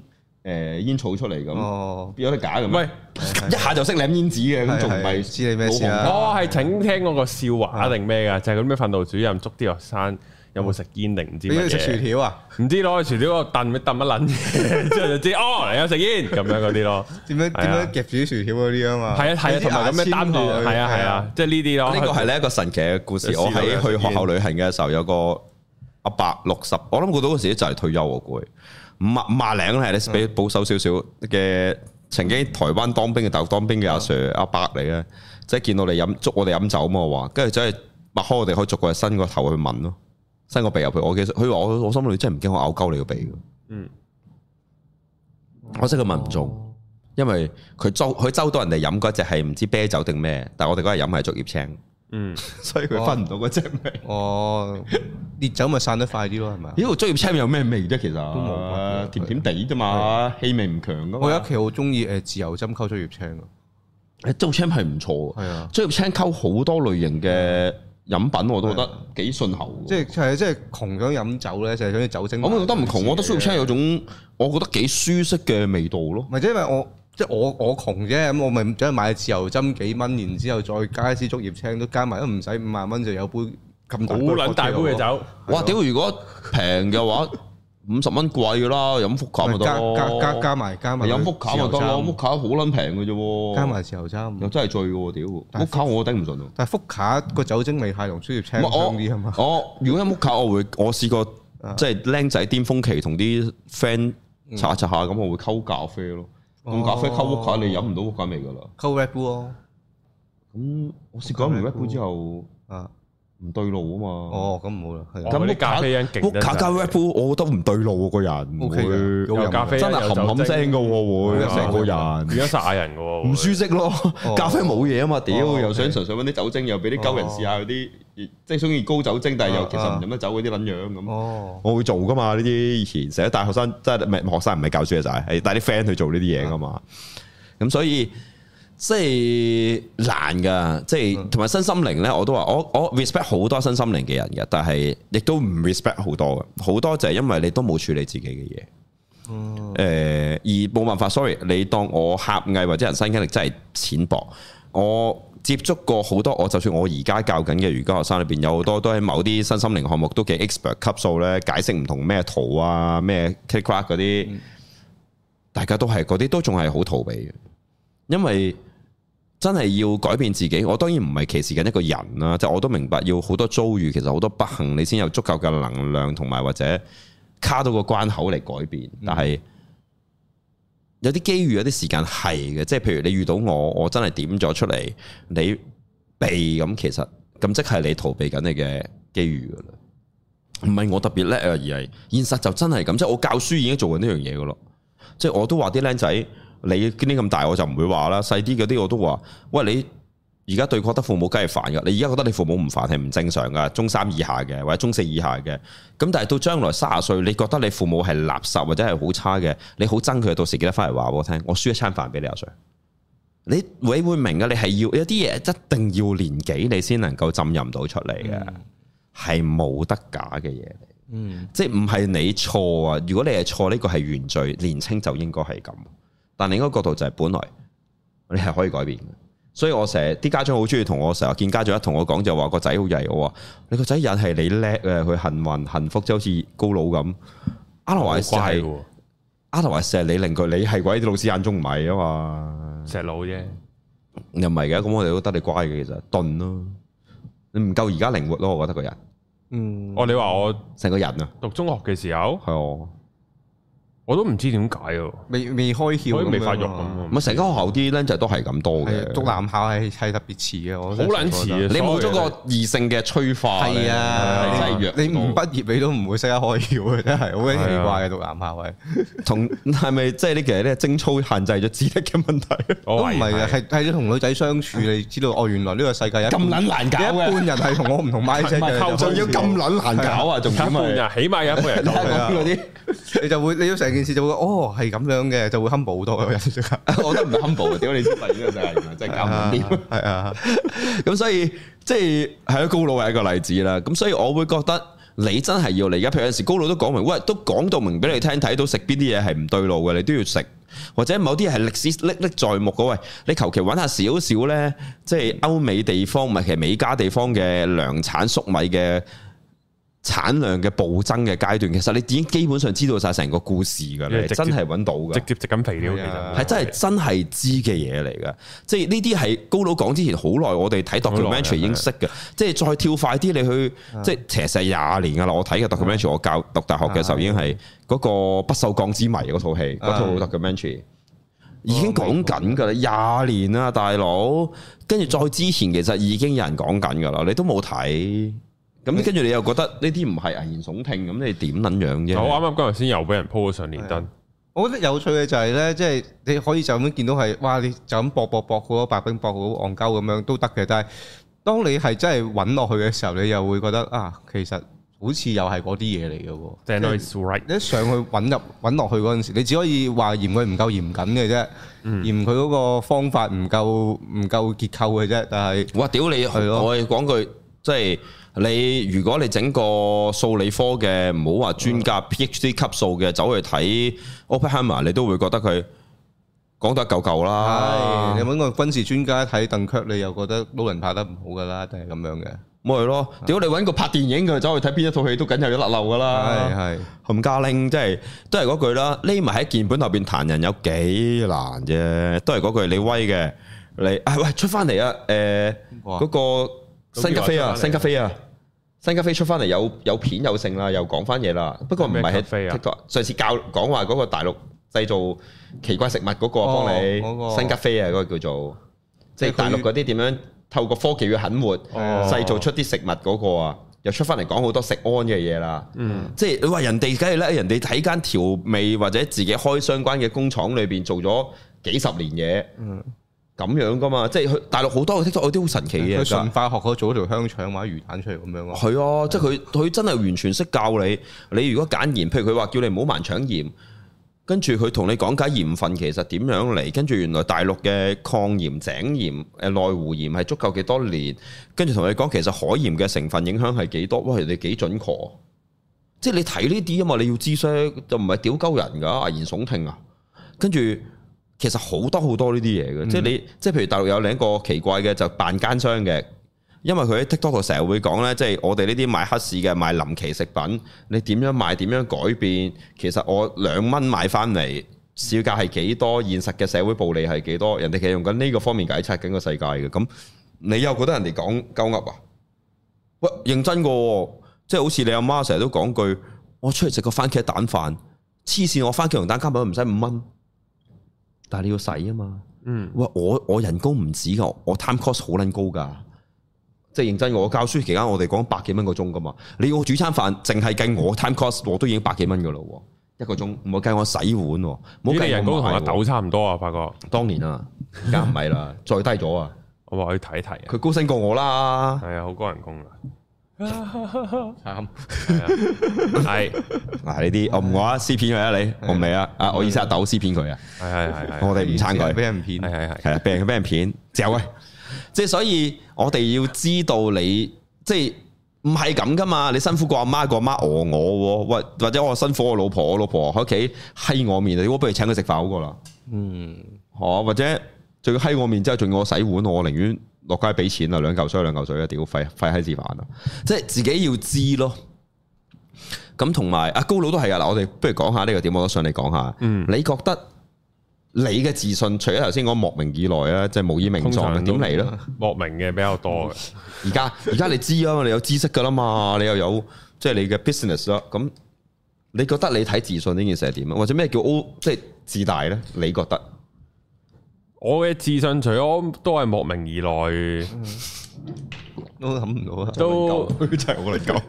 [SPEAKER 3] 卷誒煙草出嚟咁，
[SPEAKER 2] 哦，
[SPEAKER 3] 有得假嘅咩？
[SPEAKER 1] 喂
[SPEAKER 3] 一下就識舐煙紙嘅，咁
[SPEAKER 2] 係
[SPEAKER 3] 仲唔
[SPEAKER 2] 係
[SPEAKER 3] 係
[SPEAKER 2] 知你咩事啊
[SPEAKER 1] 我哦係請聽嗰個笑話定咩噶？就係嗰啲咩訓導主任捉啲學生有冇食煙定唔知
[SPEAKER 2] 你要
[SPEAKER 1] 乜
[SPEAKER 2] 食薯
[SPEAKER 1] 嘢？
[SPEAKER 2] 條啊？
[SPEAKER 1] 唔知咯，除咗個凳咪凳乜撚 嘢，之後就知哦，你有食煙咁樣嗰啲咯。
[SPEAKER 2] 點樣
[SPEAKER 1] 係
[SPEAKER 2] 點
[SPEAKER 1] 啊
[SPEAKER 2] 樣夾住啲薯條嗰啲啊嘛？
[SPEAKER 1] 係啊係
[SPEAKER 2] 有
[SPEAKER 1] 啊，
[SPEAKER 2] 啲
[SPEAKER 1] 同埋咁樣
[SPEAKER 2] 牙
[SPEAKER 1] 擔
[SPEAKER 2] 籤
[SPEAKER 1] 住，
[SPEAKER 2] 佢
[SPEAKER 1] 係啊係啊，，即係呢啲咯。
[SPEAKER 3] 呢個係呢一個神奇嘅故事。
[SPEAKER 1] 有
[SPEAKER 3] 我
[SPEAKER 1] 試過
[SPEAKER 3] 喺
[SPEAKER 1] 有
[SPEAKER 3] 去
[SPEAKER 1] 實
[SPEAKER 3] 學校旅行嘅時候，有個阿伯六十，我諗佢到嗰時就係退休我估佢五啊五啊零咧，
[SPEAKER 1] 嗯
[SPEAKER 3] 你俾保守少少嘅。曾經台灣當兵嘅大陸當
[SPEAKER 1] 嗯
[SPEAKER 3] 兵嘅阿 Sir 阿伯嚟嘅，即係見到你飲捉我哋飲酒嘛，我話跟住走去擘開我哋可以逐個伸個頭去問咯，伸個鼻入去。我其實佢話我我心裏真係唔驚我咬鳩你個鼻嘅。
[SPEAKER 1] 嗯，哦
[SPEAKER 3] 我識佢問唔中。因為佢周佢周到人哋飲嗰只係唔知啤酒定咩，但係我哋嗰日飲係竹葉青，
[SPEAKER 1] 嗯，
[SPEAKER 3] 所以佢分唔到嗰只味。
[SPEAKER 2] 哦，烈酒咪散得快啲咯，係咪啊？
[SPEAKER 3] 咦，個竹葉青有咩味啫？其實都
[SPEAKER 2] 冇啊
[SPEAKER 3] 甜甜地啫嘛，氣味唔強噶
[SPEAKER 2] 我有
[SPEAKER 3] 嘛
[SPEAKER 2] 一。期好中意誒自由針溝咗葉青㗎，
[SPEAKER 3] 竹葉青係唔錯嘅，
[SPEAKER 2] 係啊，
[SPEAKER 3] 竹葉青溝好多類型嘅飲品，我都覺得幾順口嘅。
[SPEAKER 2] 即係係啊即係窮想飲酒咧，就係想啲酒精。
[SPEAKER 3] 我唔覺得唔
[SPEAKER 2] 嗯
[SPEAKER 3] 窮，我覺得竹葉青有種我覺得幾舒適嘅味道咯。
[SPEAKER 2] 咪即係因為我即係我我窮啫，咁我咪走去買自由針幾蚊，然之後再加支竹葉青，都加埋都唔使五萬蚊就有杯咁
[SPEAKER 1] 好撚大杯嘅
[SPEAKER 2] 咯，
[SPEAKER 1] 酒，
[SPEAKER 3] 哇！屌，如果平嘅話，五十蚊貴㗎啦，飲福卡咪得
[SPEAKER 2] 加
[SPEAKER 3] 咯。
[SPEAKER 2] 加加加埋加埋
[SPEAKER 3] 飲福卡咪得
[SPEAKER 2] 自
[SPEAKER 3] 咯，
[SPEAKER 2] 由
[SPEAKER 3] 福
[SPEAKER 2] 針
[SPEAKER 3] 卡好撚平嘅啫喎。
[SPEAKER 2] 加埋自由
[SPEAKER 3] 又
[SPEAKER 2] 針。
[SPEAKER 3] 真係醉喎，屌！
[SPEAKER 2] 但係
[SPEAKER 3] 木卡我頂唔順啊！
[SPEAKER 2] 但係福卡個酒精味太濃，竹葉青
[SPEAKER 3] 唔
[SPEAKER 2] 香啲啊
[SPEAKER 3] 係
[SPEAKER 2] 嘛。
[SPEAKER 3] 我我如果有木卡，我會我試過
[SPEAKER 2] 啊嗯
[SPEAKER 3] 即係僆仔巔峰期同啲 friend 擦下擦下咁，我會溝咖啡咯。
[SPEAKER 2] 哦
[SPEAKER 3] 咁咖啡溝木卡，你飲唔到木卡味噶啦。
[SPEAKER 2] 溝 Red Bull 咯，
[SPEAKER 3] 咁我試過飲完一杯之後唔
[SPEAKER 2] 啊，
[SPEAKER 3] 對路啊嘛。
[SPEAKER 2] 哦，咁唔好啦，係啊
[SPEAKER 1] 哦嗰啲咖啡因勁
[SPEAKER 3] 木卡
[SPEAKER 1] 真係
[SPEAKER 3] 加 Red Bull，我覺得唔對路喎，個人
[SPEAKER 2] OK 嘅
[SPEAKER 3] 會
[SPEAKER 2] 有
[SPEAKER 1] 有咖啡因
[SPEAKER 3] 真係
[SPEAKER 1] 有
[SPEAKER 3] 冚冚
[SPEAKER 1] 酒精
[SPEAKER 3] 聲嘅喎，會
[SPEAKER 2] 有
[SPEAKER 3] 成個人。
[SPEAKER 1] 變咗殺人嘅喎，
[SPEAKER 3] 唔舒適咯，
[SPEAKER 2] 哦
[SPEAKER 3] 咖啡冇嘢啊嘛，屌
[SPEAKER 2] 哦
[SPEAKER 3] 又
[SPEAKER 2] OK 哦
[SPEAKER 3] 想純粹揾啲酒精，又俾啲鳩人試下嗰啲，即係中意高酒精，但係又其
[SPEAKER 2] 啊
[SPEAKER 3] 實唔飲得酒嗰啲撚樣咁。
[SPEAKER 2] 哦，
[SPEAKER 3] 我會做噶嘛，呢啲以前成日帶學生，即係唔係學生唔係教書嘅就係，係帶啲 friend 去做呢啲嘢噶嘛。咁所以即係難噶，即係同埋身心靈咧，我都話我我 respect 好多身心靈嘅人嘅，但係亦都唔 respect 好多嘅，好多就係因為你都冇處理自己嘅嘢。誒、而冇辦法，sorry，你當我狹隘或者人生經歷真係淺薄，我接觸過好多，我就算我而家教緊嘅瑜伽學生裏邊，有好多都喺某啲身心靈項目都幾 expert 級數咧，解釋唔同咩圖啊、咩 click c r a c 嗰啲，大家都係嗰啲都仲係好逃避嘅，因為。真係要改變自己，我當然唔係歧視緊一個人啦，即係我都明白要好多遭遇，其實好多不幸，你先有足夠嘅能量，同埋或者卡到個關口嚟改變。但係有啲機遇，有啲時間係嘅，即係譬如你遇到我，我真係點咗出嚟，你避咁，其實咁即係你逃避緊你嘅機遇噶啦。唔係我特別叻啊，而係現實就真係咁，即係我教書已經做緊呢樣嘢噶咯。即係我都話啲僆仔，你年咁大我就唔會話啦，細啲嗰啲我都話，喂你而家對覺得父母梗係煩噶，你而家覺得你父母唔煩係唔正常噶，中三以下嘅或者中四以下嘅，咁但係到將來三十歲，你覺得你父母係垃圾或者係好差嘅，你好憎佢，到時記得翻嚟話我聽，我輸一餐飯俾你阿 Sir。你你會明嘅，你係要有啲嘢一定要年紀你先能夠浸淫到出嚟嘅，
[SPEAKER 1] 嗯
[SPEAKER 3] 係冇得假嘅嘢嚟。嗯，即係唔係你錯啊？如果你係錯，呢個係原罪，年青就應該係咁。但另一個角度就係本來你係可以改變嘅。所以我成日啲家長好中意同我成日見家長一同我講就話個仔好曳，我話你個仔人係你叻啊，佢幸運幸福就好似高佬咁。
[SPEAKER 1] 好
[SPEAKER 3] otherwise 就
[SPEAKER 1] 乖
[SPEAKER 3] 係
[SPEAKER 1] 喎，
[SPEAKER 3] otherwise 就係你令佢你係鬼老師眼中唔係啊嘛。
[SPEAKER 1] 石佬啫，
[SPEAKER 3] 又唔係嘅，咁我哋都得你乖嘅，其實鈍咯，你唔夠而家靈活咯，我覺得個人
[SPEAKER 2] 嗯，
[SPEAKER 1] 哦，你話我
[SPEAKER 3] 成個人啊，
[SPEAKER 1] 讀中學嘅時候，
[SPEAKER 3] 係啊我
[SPEAKER 1] 我都唔知點解喎，
[SPEAKER 2] 未未開竅
[SPEAKER 1] 可以
[SPEAKER 2] 咁樣啊嘛，
[SPEAKER 1] 未發育
[SPEAKER 3] 唔係
[SPEAKER 1] 咁，
[SPEAKER 3] 成間學校啲僆仔都係咁多
[SPEAKER 2] 係啊
[SPEAKER 3] 嘅，
[SPEAKER 2] 讀男校係係特別遲嘅，我
[SPEAKER 1] 好撚
[SPEAKER 2] 覺
[SPEAKER 1] 似
[SPEAKER 2] 得
[SPEAKER 1] 啊！
[SPEAKER 3] 你冇咗
[SPEAKER 1] 所有嘢
[SPEAKER 3] 個異性嘅催化呢，
[SPEAKER 2] 係啊，
[SPEAKER 3] 係真係
[SPEAKER 2] 你
[SPEAKER 3] 弱
[SPEAKER 2] 唔
[SPEAKER 3] 到。
[SPEAKER 2] 畢業你都唔會識得開竅嘅，真係好鬼奇怪嘅讀男校
[SPEAKER 3] 啊
[SPEAKER 2] 係，
[SPEAKER 3] 同係咪即係呢？其實咧徵操限制咗智力嘅問題，
[SPEAKER 1] 我
[SPEAKER 2] 都
[SPEAKER 1] 懷
[SPEAKER 2] 唔
[SPEAKER 1] 疑
[SPEAKER 2] 係嘅，係係你同女仔相處，你知道哦，原來呢個世界一
[SPEAKER 3] 咁撚難搞啊
[SPEAKER 2] 一
[SPEAKER 3] 嘅，
[SPEAKER 2] 般人係同我唔同 m i 嘅，
[SPEAKER 1] 溝
[SPEAKER 3] 仲要咁撚難搞啊！仲
[SPEAKER 1] 有
[SPEAKER 3] 點
[SPEAKER 1] 一半
[SPEAKER 3] 係
[SPEAKER 1] 人，起碼有一半人
[SPEAKER 3] 你睇
[SPEAKER 1] 講
[SPEAKER 3] 下講嗰啲。
[SPEAKER 2] 你就會你要成件事就會哦係咁樣嘅，就會 humble 好多嘅人即刻
[SPEAKER 3] 我覺得唔係 humble 啊！屌你先發現呢個世界原來真係搞唔 掂。
[SPEAKER 2] 係啊，
[SPEAKER 3] 咁所以即係係咯，高佬係一個例子啦。咁所以我會覺得你真係要你而家，譬如有時高佬都講明，喂，都講到明俾你聽，睇到食邊啲嘢係唔對路嘅，你都要食。或者某啲嘢係歷史歷歷在目嘅，喂，你求其揾下少少呢，即係歐美地方，唔係其實美加地方嘅糧產粟米嘅產量嘅暴增嘅階段，其實你已經基本上知道晒成個故事㗎啦，
[SPEAKER 1] 因為
[SPEAKER 3] 你
[SPEAKER 1] 直接
[SPEAKER 3] 真係揾到㗎
[SPEAKER 1] 直。接食緊肥料，其實
[SPEAKER 3] 係真啊係真係知嘅嘢嚟嘅，即係呢啲係高佬講之前好耐，我哋睇
[SPEAKER 1] 好耐啊啊
[SPEAKER 3] documentary 已經識嘅，即係再跳快啲你去，即係其實係廿年㗎啦。我睇嘅 documentary，我教讀大學嘅時候已經係嗰個《不鏽鋼之謎》嗰套戲，
[SPEAKER 1] 啊
[SPEAKER 3] 嗰套 documentary 已經講
[SPEAKER 1] 哦
[SPEAKER 3] 緊㗎啦，廿年啦，大佬。跟住再之前其實已經有人講緊㗎啦，你都冇睇，咁跟住你又覺得呢啲唔係危言聳聽，咁你點撚樣啫？
[SPEAKER 1] 我啱啱今日先又俾人 po 咗上連登，
[SPEAKER 2] 我覺得有趣嘅就係咧，即係你可以就咁見到係哇，你就咁搏搏搏好咯，白冰搏好戇鳩咁樣都得嘅，但係當你係真係揾落去嘅時候，你又會覺得啊，其實好似又係嗰啲嘢嚟嘅 喎。
[SPEAKER 1] 正 is right，
[SPEAKER 2] 你一上去揾入揾落去嗰陣時，你只可以話嫌佢唔夠嚴謹嘅啫，嫌佢嗰個方法唔夠唔夠結構嘅啫。但係
[SPEAKER 3] 哇！屌你，
[SPEAKER 2] 係咯
[SPEAKER 3] 我哋講句，即係你如果你整個數理科嘅，唔好話專家 PhD 級數嘅，走去睇 Oppenheimer，你都會覺得佢講得一嚿嚿
[SPEAKER 2] 啊
[SPEAKER 3] 啦
[SPEAKER 2] 唉，你。揾個軍事專家睇鄧卻，你又覺得老人拍得唔好噶啦，定係咁樣嘅。
[SPEAKER 3] 咪係咯，屌你揾個拍電影嘅走去睇邊一套戲都梗有一甩漏噶
[SPEAKER 2] 係
[SPEAKER 3] 啦。
[SPEAKER 2] 係
[SPEAKER 3] 冚家拎，即係都係嗰句啦，匿埋喺鍵盤後邊彈人有幾難啫，都係嗰句你威嘅，你啊喂出翻嚟啊，誒、
[SPEAKER 2] 哇
[SPEAKER 3] 嗰個新加菲啊，
[SPEAKER 1] 咁
[SPEAKER 3] 新
[SPEAKER 1] 叫我
[SPEAKER 3] 加
[SPEAKER 1] 出返嚟
[SPEAKER 3] 菲啊，新加菲出翻嚟有有片有剩啦，又講翻嘢啦。不過唔係
[SPEAKER 1] 咩
[SPEAKER 3] 喺
[SPEAKER 1] 咖啡啊
[SPEAKER 3] TikTok，上次教講話嗰個大陸製造奇怪食物嗰個
[SPEAKER 2] 哦
[SPEAKER 3] 幫你
[SPEAKER 2] 嗰個
[SPEAKER 3] 新加菲啊，嗰個叫做即係
[SPEAKER 2] 即係佢
[SPEAKER 3] 大陸嗰啲點樣透過科技要狠活
[SPEAKER 1] 哦
[SPEAKER 3] 製造出啲食物嗰個啊，又出翻嚟講好多食安嘅嘢啦。
[SPEAKER 1] 嗯，
[SPEAKER 3] 即係你話人哋梗係咧，人哋喺間調味或者自己開相關嘅工廠裏邊做咗幾十年嘢，
[SPEAKER 2] 嗯
[SPEAKER 3] 咁樣噶嘛。即係佢大陸好多嘅 TikTok 有啲好神奇嘅嘢
[SPEAKER 2] 佢
[SPEAKER 3] 㗎
[SPEAKER 2] 純。化學嗰做條香腸或者魚蛋出嚟咁樣咯。
[SPEAKER 3] 係啊，即係佢佢真係完全識教你。你如果揀鹽，譬如佢話叫你唔好盲搶鹽，跟住佢同你講解鹽分其實點樣嚟，跟住原來大陸嘅抗鹽、井鹽、誒內湖鹽係足夠幾多年，跟住同你講其實海鹽嘅成分影響係幾多，哇！你幾準確，即係你睇呢啲啊嘛，你要知識就唔係屌鳩人㗎，危言聳聽啊！跟住其實好多好多呢啲嘢嘅，即係你即係譬如大陸有另一個奇怪嘅就扮奸商嘅，因為佢喺 TikTok 度成日會講呢，即係我哋呢啲賣黑市嘅賣臨期食品，你點樣賣點樣改變，其實我兩蚊買翻嚟。市價係幾多？現實嘅社會暴利係幾多？人哋其實用緊呢個方面解測緊個世界嘅，咁你又覺得人哋講鳩噏啊？喂，認真嘅喎，即係好似你阿媽成日都講句，我出嚟食個番茄蛋飯，黐線，我番茄同蛋加埋都唔使五蚊，但係你要使啊嘛。
[SPEAKER 1] 嗯，
[SPEAKER 3] 喂，我我人工唔止噶，我 time cost 好撚高噶，即係認真嘅。我教書期間，我哋講百幾蚊個鐘噶嘛。你要我煮餐飯，淨係計我 time cost，我都已經百幾蚊噶啦喎，一個鐘。唔好計我洗碗喎，唔
[SPEAKER 1] 呢
[SPEAKER 3] 好
[SPEAKER 1] 啲
[SPEAKER 3] 計
[SPEAKER 1] 人工同阿
[SPEAKER 3] 阿
[SPEAKER 1] 豆差唔多啊，發覺
[SPEAKER 3] 當年啊，而家唔係啦，再低咗啊，
[SPEAKER 1] 我話去睇一睇啊，
[SPEAKER 3] 佢高薪過我啦。
[SPEAKER 1] 係啊，好高人工啊，
[SPEAKER 2] 慘。
[SPEAKER 1] 係
[SPEAKER 3] 嗱呢啲我唔講啊，私片佢啊你，我唔理啊，啊我意思阿豆私片佢啊，
[SPEAKER 1] 係係係係
[SPEAKER 3] 我哋唔撐佢
[SPEAKER 2] 俾。人騙。
[SPEAKER 1] 係係係
[SPEAKER 3] 系啦，俾人俾人片，嚼啊！即系所以，我哋要知道你，即系唔系咁噶嘛？你辛苦過阿媽，過阿媽餓我喎，或或者我辛苦我老婆，我老婆喺屋企閪我面，你不如請佢食飯好過啦，
[SPEAKER 2] 嗯，
[SPEAKER 3] 哦，或者仲要閪我面之後，仲要我洗碗，我寧願落街俾錢啊，兩嚿水兩嚿水啊，屌廢廢閪事飯啊！即係自己要知咯。咁同埋阿高佬都係啊噶嗱，我哋不如講下呢個點，我都想你講下。
[SPEAKER 1] 嗯
[SPEAKER 3] 你覺得你嘅自信，除咗頭先講莫名以外啦，即係無以名
[SPEAKER 1] 通
[SPEAKER 3] 狀，
[SPEAKER 1] 常
[SPEAKER 3] 點
[SPEAKER 1] 都
[SPEAKER 3] 嚟咧？
[SPEAKER 1] 莫名嘅比較多嘅，
[SPEAKER 3] 而家而家你知啊嘛，你有知識噶啦嘛，你又有即係你嘅 business 啦。咁你覺得你睇自信呢件事係點啊？或者咩叫 O 即係自大咧？你覺得？
[SPEAKER 1] 我嘅自信除咗都係莫名而來。
[SPEAKER 2] 都諗唔到啊。
[SPEAKER 1] 都
[SPEAKER 3] 真係我嚟講，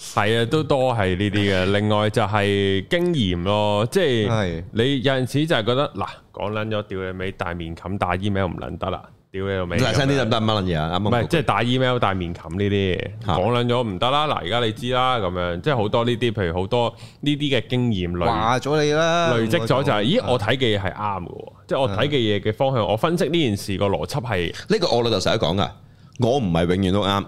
[SPEAKER 1] 係啊，都多係呢啲嘅。另外就係經驗咯，即係
[SPEAKER 2] 係
[SPEAKER 1] 你有陣時就係覺得嗱，講撚咗屌你尾，大面冚打 email 唔撚得啦，屌你老味。
[SPEAKER 3] 大聲啲得唔得？乜撚嘢啊？啱
[SPEAKER 1] 啊唔
[SPEAKER 3] 啱
[SPEAKER 1] 係，即係打 email、打面冚呢啲，
[SPEAKER 3] 嚇
[SPEAKER 1] 講撚咗唔得啦。嗱，而家你知啦，咁樣即係好多呢啲，譬如好多呢啲嘅經驗累
[SPEAKER 2] 話咗你啦，啊
[SPEAKER 1] 累積咗就係，
[SPEAKER 2] 我
[SPEAKER 1] 咦，我睇嘅嘢係啱嘅喎，即係我睇嘅嘢嘅方向，我分析呢件事個邏輯係
[SPEAKER 3] 呢個我老豆成日講噶，我唔係永遠都啱，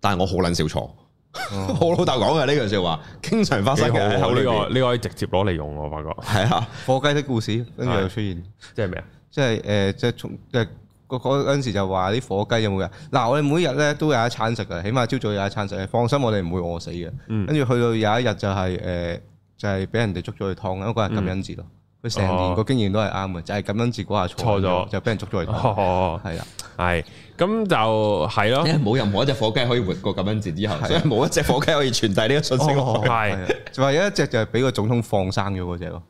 [SPEAKER 3] 但係我好撚少錯。
[SPEAKER 2] 哦
[SPEAKER 3] 我老豆講嘅呢句说話，經常發生
[SPEAKER 1] 哦幾
[SPEAKER 3] 嘅
[SPEAKER 1] 好啊
[SPEAKER 3] 喺口
[SPEAKER 1] 喎。呢
[SPEAKER 3] 裏
[SPEAKER 1] 個
[SPEAKER 3] 邊。
[SPEAKER 1] 呢個可以直接攞嚟用喎，我發覺
[SPEAKER 3] 係啊，
[SPEAKER 2] 火雞的故事，跟住又出現。
[SPEAKER 1] 即係咩啊？
[SPEAKER 2] 即係誒、呃即係從即係嗰嗰陣時就話啲火雞有冇人？嗱，我哋每日咧都有一餐食嘅，起碼朝早有一餐食。放心，我哋唔會餓死嘅。跟住、去到有一日就係、呃就係、俾人哋捉咗去劏，因為嗰日感恩節咯。佢成、年個經驗都係啱嘅，就係、感恩節嗰下錯
[SPEAKER 1] 錯咗
[SPEAKER 2] 就俾人捉咗去劏。
[SPEAKER 1] 哦，
[SPEAKER 2] 係啊啦，
[SPEAKER 1] 係咁就係咯
[SPEAKER 3] 因。為冇任何一隻火雞可以活過咁樣節之
[SPEAKER 1] 啊
[SPEAKER 3] 後，所以冇一隻火雞可以傳遞呢個信息落去。
[SPEAKER 1] 係
[SPEAKER 2] 係啊就話有一隻就係俾個總統放生咗嗰只咯。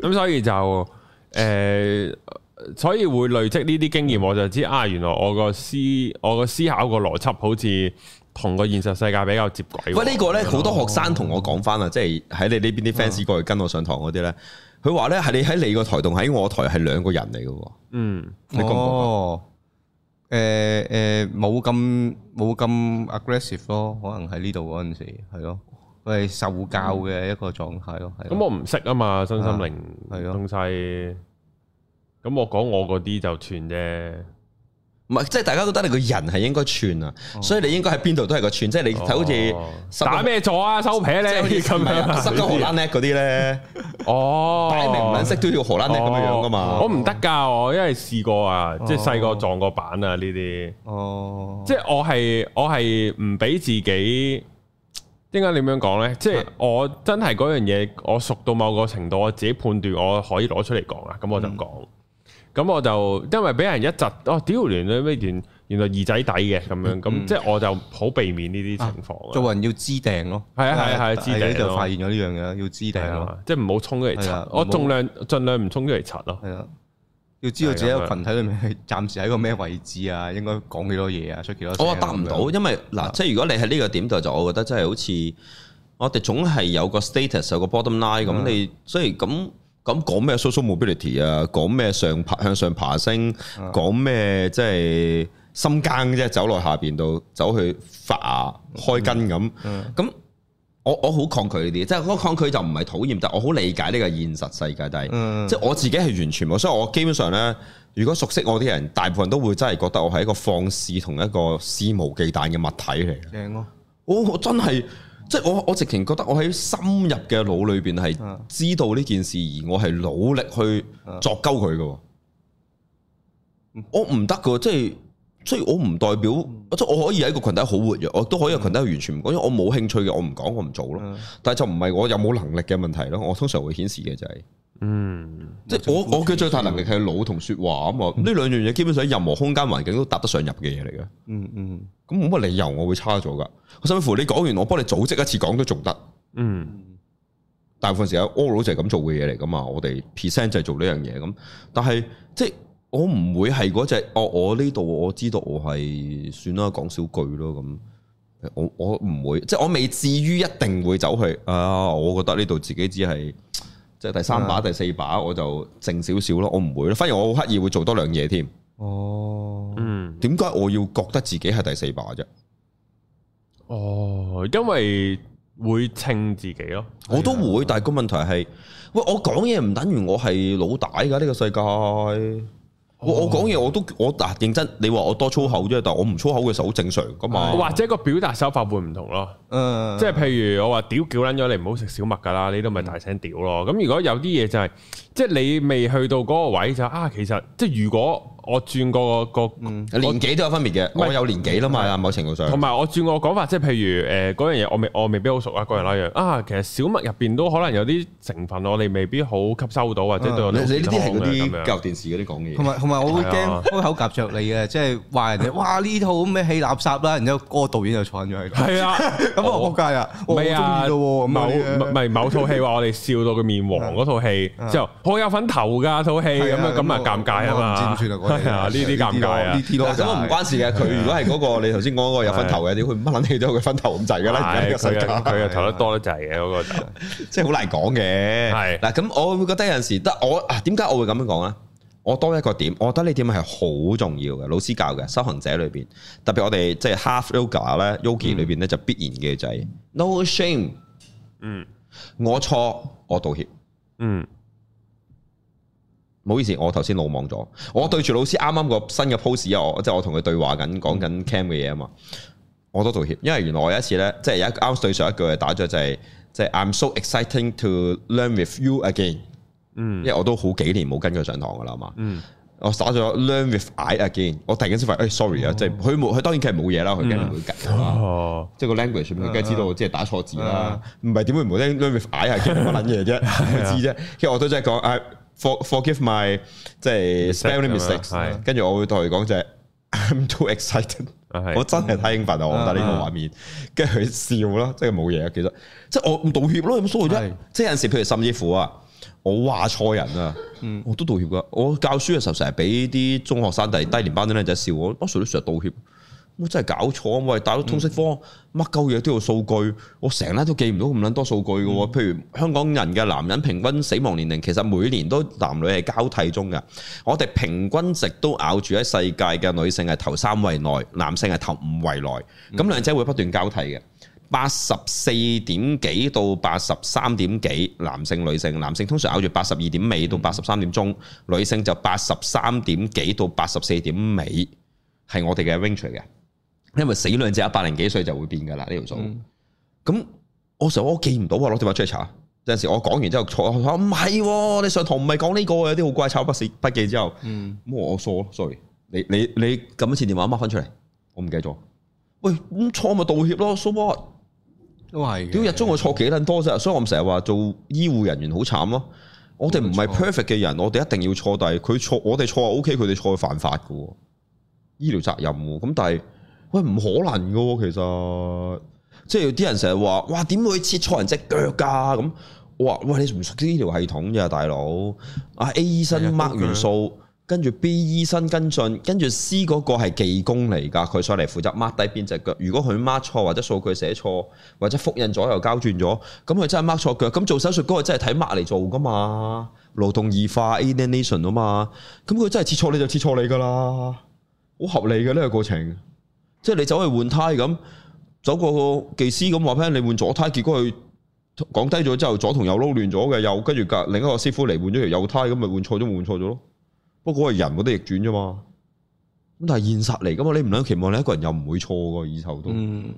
[SPEAKER 1] 咁所以就诶、所以會累積呢啲經驗，我就知啊，原來我個思我個思考個邏輯好似同個現實世界比較接軌喎。
[SPEAKER 3] 喂，呢個咧好多學生同我講翻啊，即係喺你呢邊啲 fans
[SPEAKER 1] 哦
[SPEAKER 3] 過去跟我上堂嗰啲咧，佢話咧係你喺你個台同喺我台係兩個人嚟嘅喎。
[SPEAKER 1] 嗯，
[SPEAKER 3] 你覺唔覺啊
[SPEAKER 2] 哦，誒誒冇咁冇咁 aggressive 咯，可能喺呢度嗰陣時係咯，佢係受教嘅一個狀態咯，係咯。
[SPEAKER 1] 咁我唔識啊嘛，身心靈
[SPEAKER 2] 係咯
[SPEAKER 1] 東西。咁我講我嗰啲就串啫，
[SPEAKER 3] 唔係，即係大家覺得你個人係應該串啊，所以你應該喺邊度都係個串，即係你睇好
[SPEAKER 1] 哦
[SPEAKER 3] 似
[SPEAKER 1] 打咩座啊，收皮咧
[SPEAKER 3] 即
[SPEAKER 1] 咁
[SPEAKER 3] 係啊好
[SPEAKER 1] 樣。
[SPEAKER 3] 似濕咗荷蘭叻嗰啲咧，
[SPEAKER 1] 哦，
[SPEAKER 3] 擺明唔撚識都要荷蘭叻咁樣樣噶
[SPEAKER 1] 哦
[SPEAKER 3] 嘛。
[SPEAKER 1] 我唔得㗎，我因為試過啊，即係細個撞過板啊呢啲。
[SPEAKER 2] 哦，
[SPEAKER 1] 即系我係我系唔俾自己點解點樣講呢？即係我真係嗰樣嘢，我熟到某個程度，我自己判斷我可以攞出嚟講啊啦，咁我就講。咁、我就因為俾人一窒，哦屌原來咩原原來二仔底嘅咁樣，咁、即係我就好避免呢啲情況啊。
[SPEAKER 2] 做人要知定咯，
[SPEAKER 1] 係啊係啊係啊知定咯
[SPEAKER 2] 喺呢度發現咗呢樣嘢，要知定
[SPEAKER 1] 係
[SPEAKER 2] 咯，
[SPEAKER 1] 啊，即係唔好衝咗嚟
[SPEAKER 2] 係
[SPEAKER 1] 柒
[SPEAKER 2] 啊，
[SPEAKER 1] 我
[SPEAKER 2] 唔好
[SPEAKER 1] 盡量盡量唔衝咗嚟柒咯。
[SPEAKER 2] 係啦。要知道
[SPEAKER 1] 啊
[SPEAKER 2] 自己個群體裏面係 暫時喺個咩位置啊，應該講幾多嘢啊，出幾多聲啊。
[SPEAKER 3] 我答唔
[SPEAKER 2] 咁
[SPEAKER 3] 到，
[SPEAKER 2] 樣
[SPEAKER 3] 因為嗱，即係如果你喺呢個點度，就我覺得真係好似我哋總係有個 status 有個 bottom line 咁，你所以咁咁講咩 social mobility 啊，講咩上爬向上爬升，講咩即係深耕啫，走落下邊度走去發芽開根咁，咁。我我好抗拒呢啲，即係我抗拒就唔係討厭，但我好理解呢個現實世界，但係、
[SPEAKER 2] 嗯
[SPEAKER 3] 即係我自己係完全冇，所以我基本上呢，如果熟悉我啲人，大部分都會真係覺得我係一個放肆同一個肆無忌憚嘅物體嚟嘅。
[SPEAKER 2] 正咯，
[SPEAKER 3] 我哦我真係即係我我直情覺得我喺深入嘅腦裏邊係
[SPEAKER 2] 嗯
[SPEAKER 3] 知道呢件事，而我係努力去作鳩佢嘅喎。我唔得嘅，即係即係我唔代表，即係我可以喺個群體好活躍，我都可以喺群體完全唔講，因為我冇興趣嘅，我唔講，我唔做咯。但係就唔係我有冇能力嘅問題咯。我通常會顯示嘅就係、
[SPEAKER 1] 嗯，
[SPEAKER 3] 即係我我嘅最大能力係腦同説話啊嘛，呢兩樣嘢基本上喺任何空間環境都搭得上入嘅嘢嚟嘅，
[SPEAKER 2] 嗯嗯，
[SPEAKER 3] 咁冇乜理由我會差咗噶。甚至乎你講完，我幫你組織一次講都仲得。
[SPEAKER 1] 嗯，
[SPEAKER 3] 大部分時間 oral 就係咁做嘅嘢嚟噶嘛，我哋 present 就係做呢樣嘢咁。但係即係我唔會係嗰只，哦，我呢度我知道我係算啦，講少句咯咁。我我唔會，即係我未至於一定會走去啊！我覺得呢度自己只係即係第三把、第四把，我就靜少少咯。我唔會咯，反而我好刻意會做多兩嘢添。
[SPEAKER 2] 哦，
[SPEAKER 1] 嗯，
[SPEAKER 3] 點解我要覺得自己係第四把啫？
[SPEAKER 1] 哦，因為會稱自己咯，啊
[SPEAKER 3] 我都會，但係個問題係，喂，我講嘢唔等於我係老大㗎呢個世界。
[SPEAKER 1] 哦
[SPEAKER 3] 我我講嘢我都我嗱認真，你話我多粗口啫，但我唔粗口嘅時候好正常㗎嘛。
[SPEAKER 1] 或者個表達手法會唔同咯。
[SPEAKER 2] 嗯，
[SPEAKER 1] 即係譬如我話屌叫撚咗你唔好食小麥㗎啦，你都咪大聲屌咯。
[SPEAKER 3] 嗯
[SPEAKER 1] 咁如果有啲嘢就係、即係你未去到嗰個位就啊，其實即係如果我轉個個
[SPEAKER 3] 啊年紀都有分別嘅，
[SPEAKER 1] 唔係
[SPEAKER 3] 我有年紀啦嘛，某程度上
[SPEAKER 1] 同。埋我轉我講法，即係譬如誒嗰樣嘢，我未我未必好熟啊，嗰樣嗰樣啊，其實小麥入邊都可能有啲成分，我哋未必好吸收到，或者對我
[SPEAKER 3] 你
[SPEAKER 1] 哋
[SPEAKER 3] 你呢啲係嗰
[SPEAKER 1] 健
[SPEAKER 3] 啲
[SPEAKER 1] 康嘅咁樣
[SPEAKER 3] 教育電視嗰啲講嘅嘢，
[SPEAKER 2] 同埋同埋我會
[SPEAKER 1] 係啊
[SPEAKER 2] 驚開口夾着你嘅，即係話人哋哇呢套咩戲垃圾啦，然之後嗰個導演就坐咗喺度，
[SPEAKER 1] 係 啊，
[SPEAKER 2] 咁我仆街啊，我
[SPEAKER 1] 唔
[SPEAKER 2] 好中
[SPEAKER 1] 係啊，
[SPEAKER 2] 意咯喎，咁
[SPEAKER 1] 某
[SPEAKER 2] 啊呢
[SPEAKER 1] 唔
[SPEAKER 2] 啲
[SPEAKER 1] 係某套戲話我哋笑到佢面黃嗰套戲
[SPEAKER 2] 啊
[SPEAKER 1] 之後，我有份投㗎套戲咁
[SPEAKER 2] 係
[SPEAKER 1] 樣，
[SPEAKER 2] 啊
[SPEAKER 1] 咁啊
[SPEAKER 2] 我
[SPEAKER 1] 尷尬啊
[SPEAKER 2] 我
[SPEAKER 1] 嘛，
[SPEAKER 2] 唔知點算啊嗰啲
[SPEAKER 1] 係啊 呢啲尷尬啊
[SPEAKER 2] 呢。啲咯
[SPEAKER 3] 咁
[SPEAKER 2] 就
[SPEAKER 3] 啊唔
[SPEAKER 2] 係
[SPEAKER 3] 關事嘅。佢如果係嗰個你頭先講嗰個有分頭嘅，屌佢乜撚嘢都有佢分頭咁滯㗎啦。而家
[SPEAKER 1] 係
[SPEAKER 3] 呢個世
[SPEAKER 1] 佢
[SPEAKER 3] 界
[SPEAKER 1] 啊佢啊投得多得滯嘅嗰個就，
[SPEAKER 3] 即係好難講嘅。
[SPEAKER 1] 係
[SPEAKER 3] 嗱，咁我會覺得有陣時得我啊，點解我會咁樣講咧？我多一個點，我覺得呢點係好重要嘅，老師教嘅修行者裏邊，特別我哋即係 Half Yoga 咧，Yogi 裏邊咧就必然嘅就係 No shame，
[SPEAKER 1] 嗯
[SPEAKER 3] 我錯我道歉，
[SPEAKER 1] 嗯
[SPEAKER 3] 唔好意思，我頭先魯莽咗，我對住老師啱啱個新嘅 pose 啊，我即係我同佢對話緊，講
[SPEAKER 1] 嗯
[SPEAKER 3] 緊 cam 嘅嘢啊嘛，我都道歉，因為原來我有一次咧，即係有一啱對上一句係打咗就係、即係 I'm so exciting to learn with you again。因
[SPEAKER 1] 嗯
[SPEAKER 3] 為我都好幾年冇跟佢上堂噶啦嘛。
[SPEAKER 1] 嗯
[SPEAKER 3] 我打咗 learn with I again，我突然間先發現，誒 sorry 啊，即係佢冇，佢當然佢係冇嘢啦，佢梗係唔會計啦。
[SPEAKER 1] 嗯哦，嗯
[SPEAKER 3] 即係個 language，佢梗係知道即係打錯字啦。唔係點會唔好聽 learn with I 啊 again 乜撚嘢 啫？
[SPEAKER 1] 啊
[SPEAKER 3] 佢知啫。跟住我都真係講，I for forgive my 即係
[SPEAKER 1] Mistake 咁
[SPEAKER 3] spelling
[SPEAKER 1] 樣係
[SPEAKER 3] mistakes。跟住我會同佢講就係 I'm too excited。
[SPEAKER 1] 啊係
[SPEAKER 3] 我真係太興奮啊！我覺得呢個畫面，跟住佢笑啦，即係冇嘢啊。其實即係我唔道歉咯，有乜所謂啫
[SPEAKER 2] 係？
[SPEAKER 3] 即係有陣時，譬如甚至乎啊，我話錯人啊，我都道歉噶。我教書嘅時候，成日俾啲中學生、第低年班啲僆仔笑我，我哦成日都成日道歉。我真係搞錯啊！喂，大佬通識科乜鳩嘢都要數據，我成日都記唔到咁撚多數據嘅喎。譬如香港人嘅男人平均死亡年齡，其實每年都男女係交替中嘅。我哋平均值都咬住喺世界嘅女性係頭三位內，男性係頭五位內。咁兩者會不斷交替嘅。八十四點幾到八十三點幾，男性女性，男性通常咬住八十二點尾到八十三點鐘，女性就八十三點幾到八十四點尾，係我哋嘅 range 嚟嘅。因為死兩隻一百零幾歲就會變㗎啦呢條數。咁、我成日我記唔到啊，攞電話出嚟查。有陣時我講完之後錯，我話唔係喎，你上堂唔係講呢個啊，有啲好怪抄筆記筆記之後，咁、
[SPEAKER 2] 嗯
[SPEAKER 3] 我我疏咯，sorry。你你你撳一次電話 mark 翻出嚟，我唔記得咗。喂，咁錯咪道歉咯，so what？
[SPEAKER 2] 都係嘅
[SPEAKER 3] 屌日中我錯幾撚多啫，所以我咪成日話做醫護人員好慘咯。我哋唔係 perfect 嘅人，我哋一定要錯，但係佢錯，我哋錯係 OK，佢哋錯係犯法嘅喎，醫療責任喎。咁但係喂唔可能嘅喎，其實即係有啲人成日話哇點會切錯人隻腳㗎咁。我話喂你唔熟悉醫療系統咋大佬？啊 A 醫生 mark 完數，跟住 B 醫生跟進，跟住 C 嗰個係技工嚟㗎，佢上嚟負責 mark 低邊只腳。如果佢 mark 錯或者數據寫錯，或者複印左右交轉咗，咁佢真係 mark 錯腳。咁做手術嗰個真係睇 mark 嚟做㗎嘛，勞動異化 alienation 啊嘛，咁佢真係切錯你就切錯你㗎啦，好合理嘅呢個過程。即係你走去換胎咁，走過個技師咁話俾你聽你換左胎，結果佢講低咗之後，左同右撈亂咗嘅，右跟住隔另一個師傅嚟換咗條右胎，咁咪換錯咗，換錯咗咯。不過嗰係人嗰啲逆轉啫嘛。咁但係現實嚟噶嘛，你唔能期望你一個人又唔會錯噶，以後都。
[SPEAKER 2] 嗯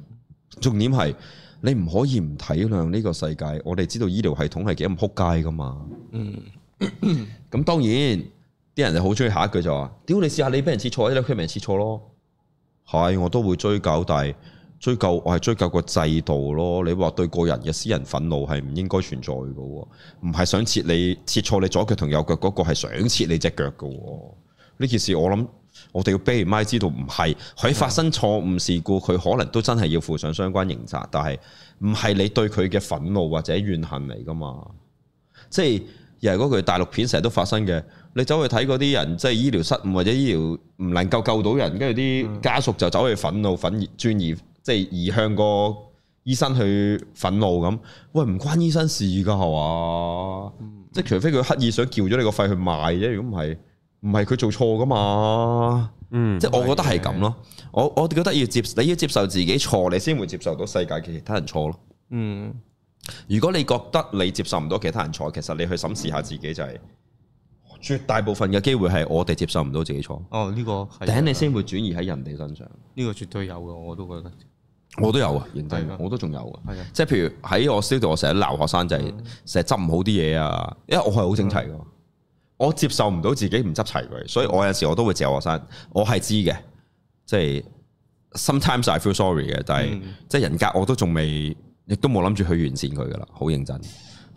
[SPEAKER 3] 重點係你唔可以唔體諒呢個世界。我哋知道醫療系統係幾咁撲街噶嘛。
[SPEAKER 2] 嗯
[SPEAKER 3] 咁當然啲人就好中意下一句就話：屌你試下你俾人切錯，你俾人切錯咯。係，我都會追究，但係追究我係追究個制度咯。你話對個人嘅私人憤怒係唔應該存在嘅喎，唔係想切你切錯你左腳同右腳嗰個係想切你隻腳嘅喎。呢件事我諗我哋要 bear in mind 知道唔係佢發生錯誤事故，佢可能都真係要負上相關刑責，但係唔係你對佢嘅憤怒或者怨恨嚟噶嘛？即係又係嗰句大陸片成日都發生嘅，你走去睇嗰啲人即係醫療失誤或者醫療唔能夠救到人，跟住啲家屬就走去憤怒、憤轉移，即係移向個醫生去憤怒咁。喂，唔關醫生事㗎係嘛？即係除非佢刻意想撬咗你個肺去賣啫，如果唔係，唔係佢做錯噶嘛，
[SPEAKER 1] 嗯
[SPEAKER 3] 即係我覺得係咁咯。我我覺得要接，你要接受自己錯，你先會接受到世界嘅其他人錯咯。
[SPEAKER 2] 嗯，
[SPEAKER 3] 如果你覺得你接受唔到其他人錯，其實你去審視下自己就係、絕大部分嘅機會係我哋接受唔到自己錯，
[SPEAKER 2] 哦呢個係
[SPEAKER 3] 頂你先會轉移喺人哋身上。
[SPEAKER 2] 呢個絕對有嘅，我都覺得
[SPEAKER 3] 我都有啊，認
[SPEAKER 2] 係
[SPEAKER 3] 真
[SPEAKER 2] 啊，
[SPEAKER 3] 我都仲有啊
[SPEAKER 2] 係啊。
[SPEAKER 3] 即係譬如喺我 studio，我成日鬧學生仔，成日執唔好啲嘢啊，因為我係好整齊噶，我接受唔到自己唔執齊佢，所以我有時我都會嚼學生，我係知嘅，即係 sometimes I feel sorry 嘅，但係、即係人格我都仲未，亦都冇諗住去完善佢噶啦，好認真。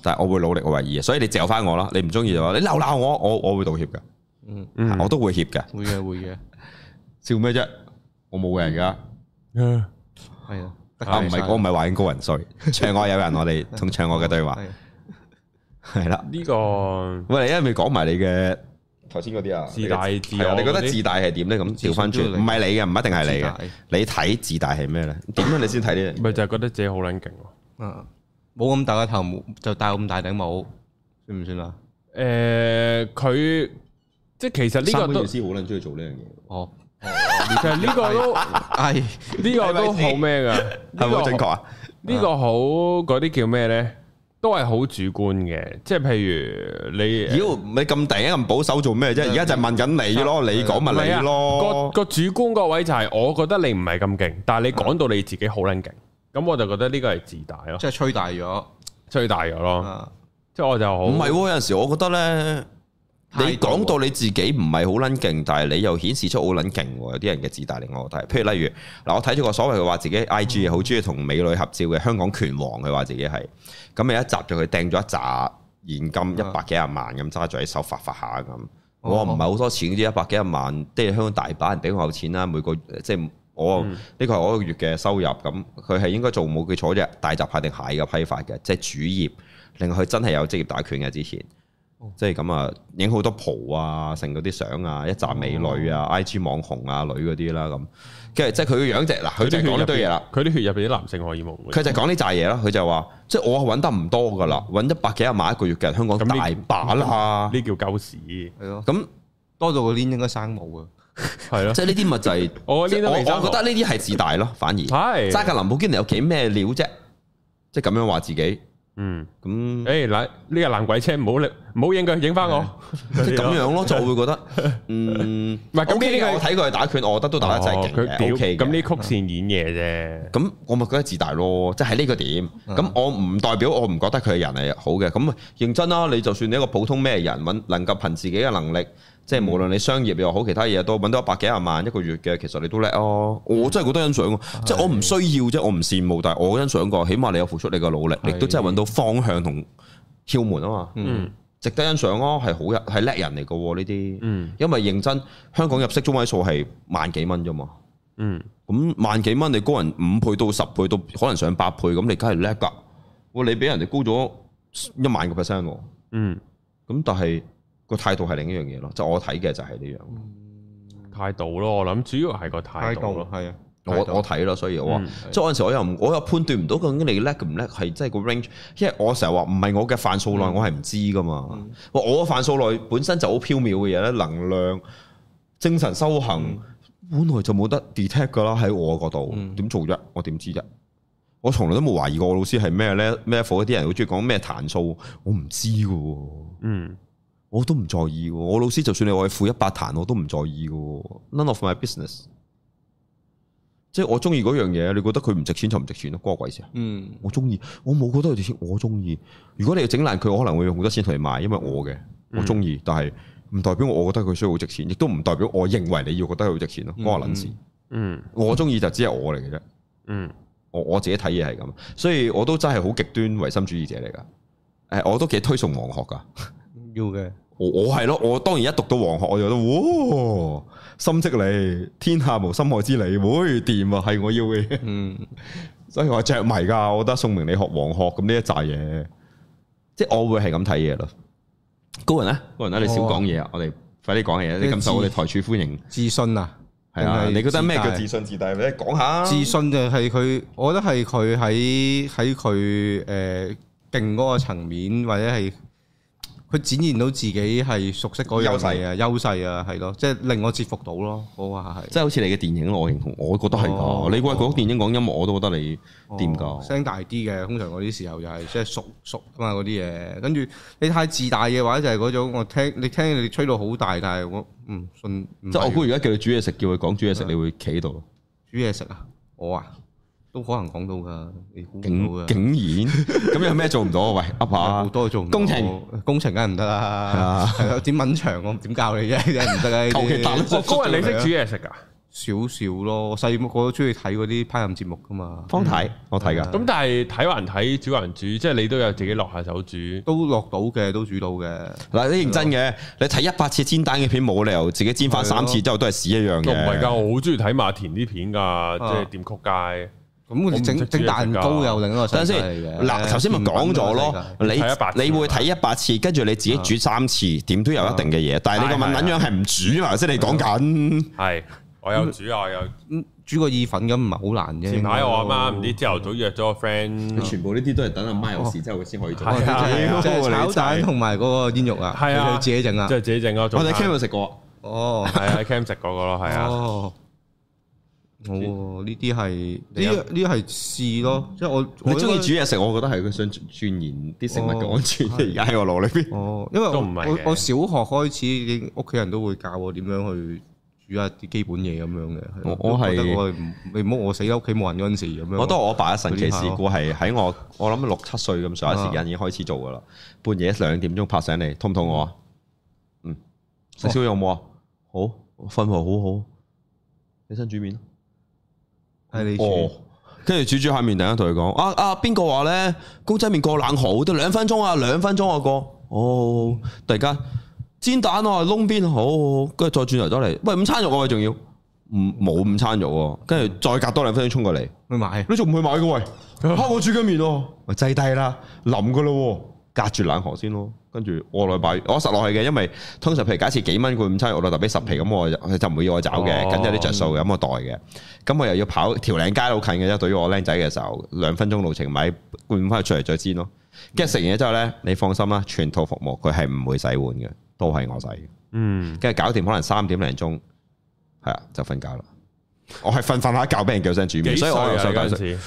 [SPEAKER 3] 但係我會努力，我為意嘅，所以你嚼翻我啦，你唔中意就話你鬧鬧我，我我會道歉嘅，啊
[SPEAKER 1] 嗯
[SPEAKER 3] 我都會歉嘅，
[SPEAKER 2] 會嘅會嘅，
[SPEAKER 3] 笑咩啫？我冇人噶。
[SPEAKER 1] 嗯
[SPEAKER 2] 係啊，
[SPEAKER 3] 啊，唔係，我唔係話緊高人衰， 唱我有人，我哋同唱我嘅對話
[SPEAKER 2] 係啊
[SPEAKER 3] 係啦。
[SPEAKER 1] 呢個
[SPEAKER 3] 喂，你一未講埋你嘅頭先嗰啲啊，
[SPEAKER 1] 自大
[SPEAKER 3] 你嘅
[SPEAKER 1] 自我
[SPEAKER 3] 係啊你覺得
[SPEAKER 1] 嗰啲
[SPEAKER 3] 自大係點咧？咁調翻轉，
[SPEAKER 2] 自信都要
[SPEAKER 3] 唔係你嘅，唔一定係你嘅
[SPEAKER 2] 自大。
[SPEAKER 3] 你睇自大係咩咧？點樣你先睇呢？
[SPEAKER 1] 咪就係覺得自己好撚勁咯。
[SPEAKER 2] 啊冇咁大個頭帽，就戴咁大頂帽，算唔算啊？
[SPEAKER 1] 誒，佢即係其實呢
[SPEAKER 3] 三
[SPEAKER 1] 個
[SPEAKER 3] 本
[SPEAKER 1] 都
[SPEAKER 3] 老師好撚中意做呢樣嘢，
[SPEAKER 2] 哦，
[SPEAKER 1] 其實呢個都呢個
[SPEAKER 2] 係
[SPEAKER 1] 都好咩㗎？
[SPEAKER 3] 係咪好
[SPEAKER 1] 呢個
[SPEAKER 3] 正確啊？
[SPEAKER 1] 呢個好嗰啲叫咩呢？都係好主觀嘅，即係譬如你
[SPEAKER 3] 妖，你咁突然間咁保守做咩啫？而家就係問緊你咯，你講
[SPEAKER 1] 唔
[SPEAKER 3] 咪
[SPEAKER 1] 係
[SPEAKER 3] 你
[SPEAKER 1] 啊個
[SPEAKER 3] 咯。
[SPEAKER 1] 個主觀個位就係我覺得你唔係咁勁，但係你講到你自己好撚勁，咁我就覺得呢個係自大咯，
[SPEAKER 2] 即係吹大咗
[SPEAKER 3] 哦
[SPEAKER 1] 吹大咗咯，
[SPEAKER 2] 啊！
[SPEAKER 1] 即係我就好
[SPEAKER 3] 唔係喎，有陣時我覺得咧。
[SPEAKER 2] 啊
[SPEAKER 3] 你講到你自己唔係好撚勁，但係你又顯示出好撚勁喎。有啲人嘅自大令我睇，譬如例如嗱，我睇咗個所謂佢話自己 I G 好中意同美女合照嘅香港拳王，佢話自己係咁，有一集就佢掟咗一紮現金一百幾廿萬咁揸住喺手發發下咁。我話唔係好多錢啫，一百幾廿萬，即係香港大把人俾我有錢啦。每個即係我呢個係我一個月嘅收入咁，佢係應該做冇記錯啫，大閘蟹定蟹嘅批發嘅，即係主業，令佢真係有職業打拳嘅之前。即係咁啊，影好多蒲啊，剩嗰啲相啊，一紮美女
[SPEAKER 1] 哦
[SPEAKER 3] 啊、i G 網紅啊、女嗰啲啦咁，跟住即係佢嘅樣就係嗱，佢就係講呢堆嘢啦，，
[SPEAKER 1] 佢啲血入邊啲男性荷爾蒙會，
[SPEAKER 3] 佢就係講呢扎嘢啦，佢就話即係我揾得唔多噶啦，揾一百幾廿萬一個月嘅人，香港
[SPEAKER 1] 咁
[SPEAKER 3] 大
[SPEAKER 1] 呢
[SPEAKER 3] 把啦，
[SPEAKER 1] 呢叫狗屎，
[SPEAKER 2] 係咯，
[SPEAKER 3] 咁
[SPEAKER 2] 多到個鏈應該生毛啊！
[SPEAKER 1] 係咯
[SPEAKER 3] 即，係呢啲咪就係
[SPEAKER 1] 我呢
[SPEAKER 3] 即係
[SPEAKER 1] 都
[SPEAKER 3] 我
[SPEAKER 1] 未生
[SPEAKER 3] 我覺得呢啲係自大咯，反而
[SPEAKER 1] 係
[SPEAKER 3] 揸架林寶堅尼有幾咩料啫，即係咁樣話自己
[SPEAKER 1] 嗯，
[SPEAKER 3] 咁。
[SPEAKER 1] 誒嗱，呢個爛鬼車唔好你唔好影佢，影翻我，
[SPEAKER 3] 即係咁樣咯，就會覺得，嗯，
[SPEAKER 1] 唔係咁
[SPEAKER 3] OK
[SPEAKER 1] 呢個哦
[SPEAKER 3] 嘅我睇佢係打拳，我覺得都打得真係勁
[SPEAKER 1] 佢屌
[SPEAKER 3] 嘅，OK 嘅
[SPEAKER 1] 咁呢曲線演嘢啫。
[SPEAKER 3] 咁我咪覺得自大咯，即係喺呢個點。咁我唔代表我唔覺得佢嘅人係好嘅。咁認真啦，你就算你一個普通咩人揾，能夠憑自己嘅能力，即係無論你商業又好，其他嘢都揾到一百幾廿萬一個月嘅，其實你都叻哦。我真係覺得欣賞喎，即係我唔需要啫，我唔羨慕，但係我欣賞過，起碼你有付出你嘅努力，亦
[SPEAKER 2] 係
[SPEAKER 3] 都真係揾到方向同竅門啊嘛。嗯，值得欣賞咯，係好人，係叻人嚟嘅喎呢啲。
[SPEAKER 1] 嗯，
[SPEAKER 3] 因為認真香港入息中位數係萬幾蚊啫嘛。
[SPEAKER 1] 嗯，
[SPEAKER 3] 咁萬幾蚊，你高人五倍到十倍到可能上八倍，咁你梗係叻㗎。哇！你比人哋高咗一萬個 percent 喎。
[SPEAKER 1] 嗯，
[SPEAKER 3] 咁但係個態度係另一樣嘢咯，就我睇嘅就係呢樣。
[SPEAKER 1] 態度咯，我諗主要係個態度咯。
[SPEAKER 2] 係啊，
[SPEAKER 3] 我
[SPEAKER 2] 態度
[SPEAKER 3] 我睇啦，所以我話
[SPEAKER 1] 嗯，
[SPEAKER 3] 即係嗰陣時我又唔，我又判斷唔到究竟你叻唔叻，係真係個 range，因為我成日話唔係我嘅範數內，我係唔知噶嘛。哇我嘅範數內本身就好縹緲嘅嘢咧，能量、精神修行，本來就冇得 detect 噶啦，喺我嗰度點做啫？我點知啫？我從來都冇懷疑過我老師係咩咧咩課，啲人好中意講咩彈數，我唔知嘅喎，
[SPEAKER 1] 嗯，
[SPEAKER 3] 我都唔在意嘅喎。我老師就算你我係負一百彈，我都唔在意嘅喎，none of my business。即係我中意嗰樣嘢，你覺得佢唔值錢就唔值錢咯，關我鬼事啊！
[SPEAKER 2] 嗯，
[SPEAKER 3] 我中意，我冇覺得佢值錢，我中意。如果你要整爛佢，我可能會用好多錢同你買，因為我嘅我中意，但係唔代表我覺得佢需要好值錢，亦都唔代表我認為你要覺得佢好值錢咯，關我撚事。
[SPEAKER 1] 嗯，
[SPEAKER 3] 我中意就只係我嚟嘅啫，
[SPEAKER 1] 嗯，
[SPEAKER 3] 我我自己睇嘢係咁，所以我都真係好極端唯心主義者嚟噶。誒，我都幾推崇王學噶。
[SPEAKER 2] 要嘅，
[SPEAKER 3] 我我係咯，我當然一讀到王學，我就覺得，哇，心即你，天下無心害之理，會掂啊，係我要嘅。
[SPEAKER 2] 嗯，
[SPEAKER 3] 所以我着迷㗎，我覺得宋明理學王學咁呢一紮嘢，即係我會係咁睇嘢咯。高人咧，高人咧，你少講嘢啊！我哋快啲講嘢，你咁受我哋台柱歡迎
[SPEAKER 2] 自信啊，
[SPEAKER 3] 係啊！
[SPEAKER 2] 定係
[SPEAKER 3] 你覺得咩
[SPEAKER 2] 自
[SPEAKER 3] 叫
[SPEAKER 2] 大啊
[SPEAKER 3] 自信自大？啊你講下
[SPEAKER 2] 自信就係佢，我覺得係佢喺喺佢誒勁嗰個層面，或者係佢展現到自己係熟悉嗰樣嘢啊，優勢啊，係咯，即係令我折服到咯，我話係。
[SPEAKER 3] 即係好似你嘅電影咯，我認同，我覺得係㗎。
[SPEAKER 2] 哦
[SPEAKER 3] 你話講電影講音樂，我都覺得你掂㗎。
[SPEAKER 2] 哦聲大啲嘅，通常嗰啲時候就係即係熟熟啊嘛嗰啲嘢，跟住你太自大嘅話就係嗰種我聽你聽你吹到好大，但係我唔信。唔
[SPEAKER 3] 即係我嗯
[SPEAKER 2] 係
[SPEAKER 3] 估而家叫你煮嘢食，叫佢講煮嘢食，你會企喺度咯。
[SPEAKER 2] 煮嘢食啊，我啊都可能講到㗎，你估唔
[SPEAKER 3] 竟
[SPEAKER 2] 到㗎。
[SPEAKER 3] 竟 然咁有咩做唔到啊？喂，噏
[SPEAKER 2] 好
[SPEAKER 3] 下
[SPEAKER 2] 多做唔到
[SPEAKER 3] 工程
[SPEAKER 2] 工程梗係唔得啦，係啊點揾牆我點教你 啫，真係唔得啊！呢啲
[SPEAKER 3] 求其答啦
[SPEAKER 1] 我哦高人你識煮嘢食啊噶？
[SPEAKER 2] 少少咯，我細個都中意睇嗰啲烹飪節目噶嘛，
[SPEAKER 3] 方太，我睇㗎。
[SPEAKER 1] 咁但係睇還睇，煮還煮，即係你都有自己落下手煮。
[SPEAKER 2] 都落到嘅，都煮到嘅。
[SPEAKER 3] 嗱，你認真嘅，你睇一百次煎蛋嘅片冇理由自己煎翻三次之後都係屎一樣
[SPEAKER 1] 我唔係㗎，
[SPEAKER 3] 嘅。
[SPEAKER 1] 我好中意睇馬田啲片㗎，即係掂曲街。
[SPEAKER 2] 咁
[SPEAKER 1] 唔
[SPEAKER 2] 你
[SPEAKER 1] 識
[SPEAKER 2] 整
[SPEAKER 1] 煮
[SPEAKER 2] 整
[SPEAKER 1] 嘢
[SPEAKER 2] 蛋
[SPEAKER 1] 食㗎
[SPEAKER 2] 糕又另一個世
[SPEAKER 3] 等陣
[SPEAKER 2] 界
[SPEAKER 3] 先，
[SPEAKER 2] 嚟嘅。
[SPEAKER 3] 嗱，頭先咪講咗咯，
[SPEAKER 1] 睇一百次
[SPEAKER 3] 你你會睇一百次，跟住你自己煮三次，點都有一定嘅嘢。啊但係你個問撚樣係唔煮啊？即係你講緊。
[SPEAKER 1] 係，我有煮啊，我有。
[SPEAKER 2] 嗯煮個意粉咁唔係好難啫。
[SPEAKER 1] 前排我阿媽
[SPEAKER 2] 應
[SPEAKER 1] 唔
[SPEAKER 2] 該
[SPEAKER 1] 知朝頭早約咗個 friend，
[SPEAKER 3] 全部呢啲都係等阿媽有事之後佢先可以做
[SPEAKER 1] 係啊
[SPEAKER 2] 哦即係
[SPEAKER 3] 你
[SPEAKER 2] 炒蛋同埋嗰個煙肉啊，
[SPEAKER 1] 係啊
[SPEAKER 2] 你自己整啊
[SPEAKER 1] 即。係自己整嗰
[SPEAKER 3] 我
[SPEAKER 1] 種
[SPEAKER 3] 哋
[SPEAKER 1] 飯。
[SPEAKER 3] Cam 有食過，
[SPEAKER 2] 哦，
[SPEAKER 1] 係啊，Cam 食嗰個咯，係啊。
[SPEAKER 2] 哦，哦，呢啲係呢呢係試咯，即係我
[SPEAKER 3] 你中意。
[SPEAKER 2] 我應該
[SPEAKER 3] 煮嘢食，我覺得係佢想鑽研啲食物嘅安全
[SPEAKER 2] 哦
[SPEAKER 3] 嘅，而家喺我腦裏邊。
[SPEAKER 2] 哦，因為我
[SPEAKER 1] 都唔係嘅
[SPEAKER 2] 我我小學開始已經屋企人都會教我點樣去煮下啲基本嘢咁樣嘅。
[SPEAKER 3] 我
[SPEAKER 2] 都
[SPEAKER 3] 我係
[SPEAKER 2] 覺得我係唔你唔好我死啦，屋企冇人嗰陣時咁樣。
[SPEAKER 3] 我覺得我阿爸嘅神奇事故係啊喺我我諗六七歲咁上下時間已經開始做噶啦，半夜兩點鐘拍醒你，肚唔肚餓啊？嗯，食宵夜有冇啊？好，瞓喎，好好，起身煮面。
[SPEAKER 2] 係你
[SPEAKER 3] 哦
[SPEAKER 2] 煮，
[SPEAKER 3] 跟住煮煮下面，突然間同佢講：啊啊，邊個話咧公仔麵過冷河得兩分鐘啊，兩分鐘我過。哦，突然間煎蛋啊，窿邊好好，好跟住再轉頭走嚟，喂，午餐肉啊，喂仲要唔冇午餐肉喎、跟住再隔多兩分鐘衝過嚟。
[SPEAKER 2] 去買。
[SPEAKER 3] 你仲唔去買嘅
[SPEAKER 1] 啊
[SPEAKER 3] 喂？蝦我煮緊面喎，咪制低啦，淋嘅咯喎，隔住冷河先咯。跟住我落去買，我實落去嘅，因為通常譬如假設幾蚊罐午餐，我落特俾十皮咁，我就佢就唔會要我找嘅，
[SPEAKER 1] 哦
[SPEAKER 3] 咁有啲着數嘅，咁我袋嘅。咁我又要跑條嶺街好近嘅啫，對於我僆仔嘅時候，兩分鐘路程買罐翻去出嚟再煎咯。跟住食完嘢之後呢，你放心啦，全套服務佢係唔會洗碗嘅，都係我洗嘅。
[SPEAKER 1] 嗯，
[SPEAKER 3] 跟住搞掂可能三點零鐘，係啊就瞓覺啦。我係瞓瞓下覺俾人叫聲煮
[SPEAKER 1] 幾
[SPEAKER 3] 面，所
[SPEAKER 1] 歲
[SPEAKER 3] 以我
[SPEAKER 1] 啊
[SPEAKER 3] 又
[SPEAKER 1] 你
[SPEAKER 3] 想
[SPEAKER 1] 嗰
[SPEAKER 3] 解
[SPEAKER 1] 陣
[SPEAKER 3] 釋。
[SPEAKER 1] 時？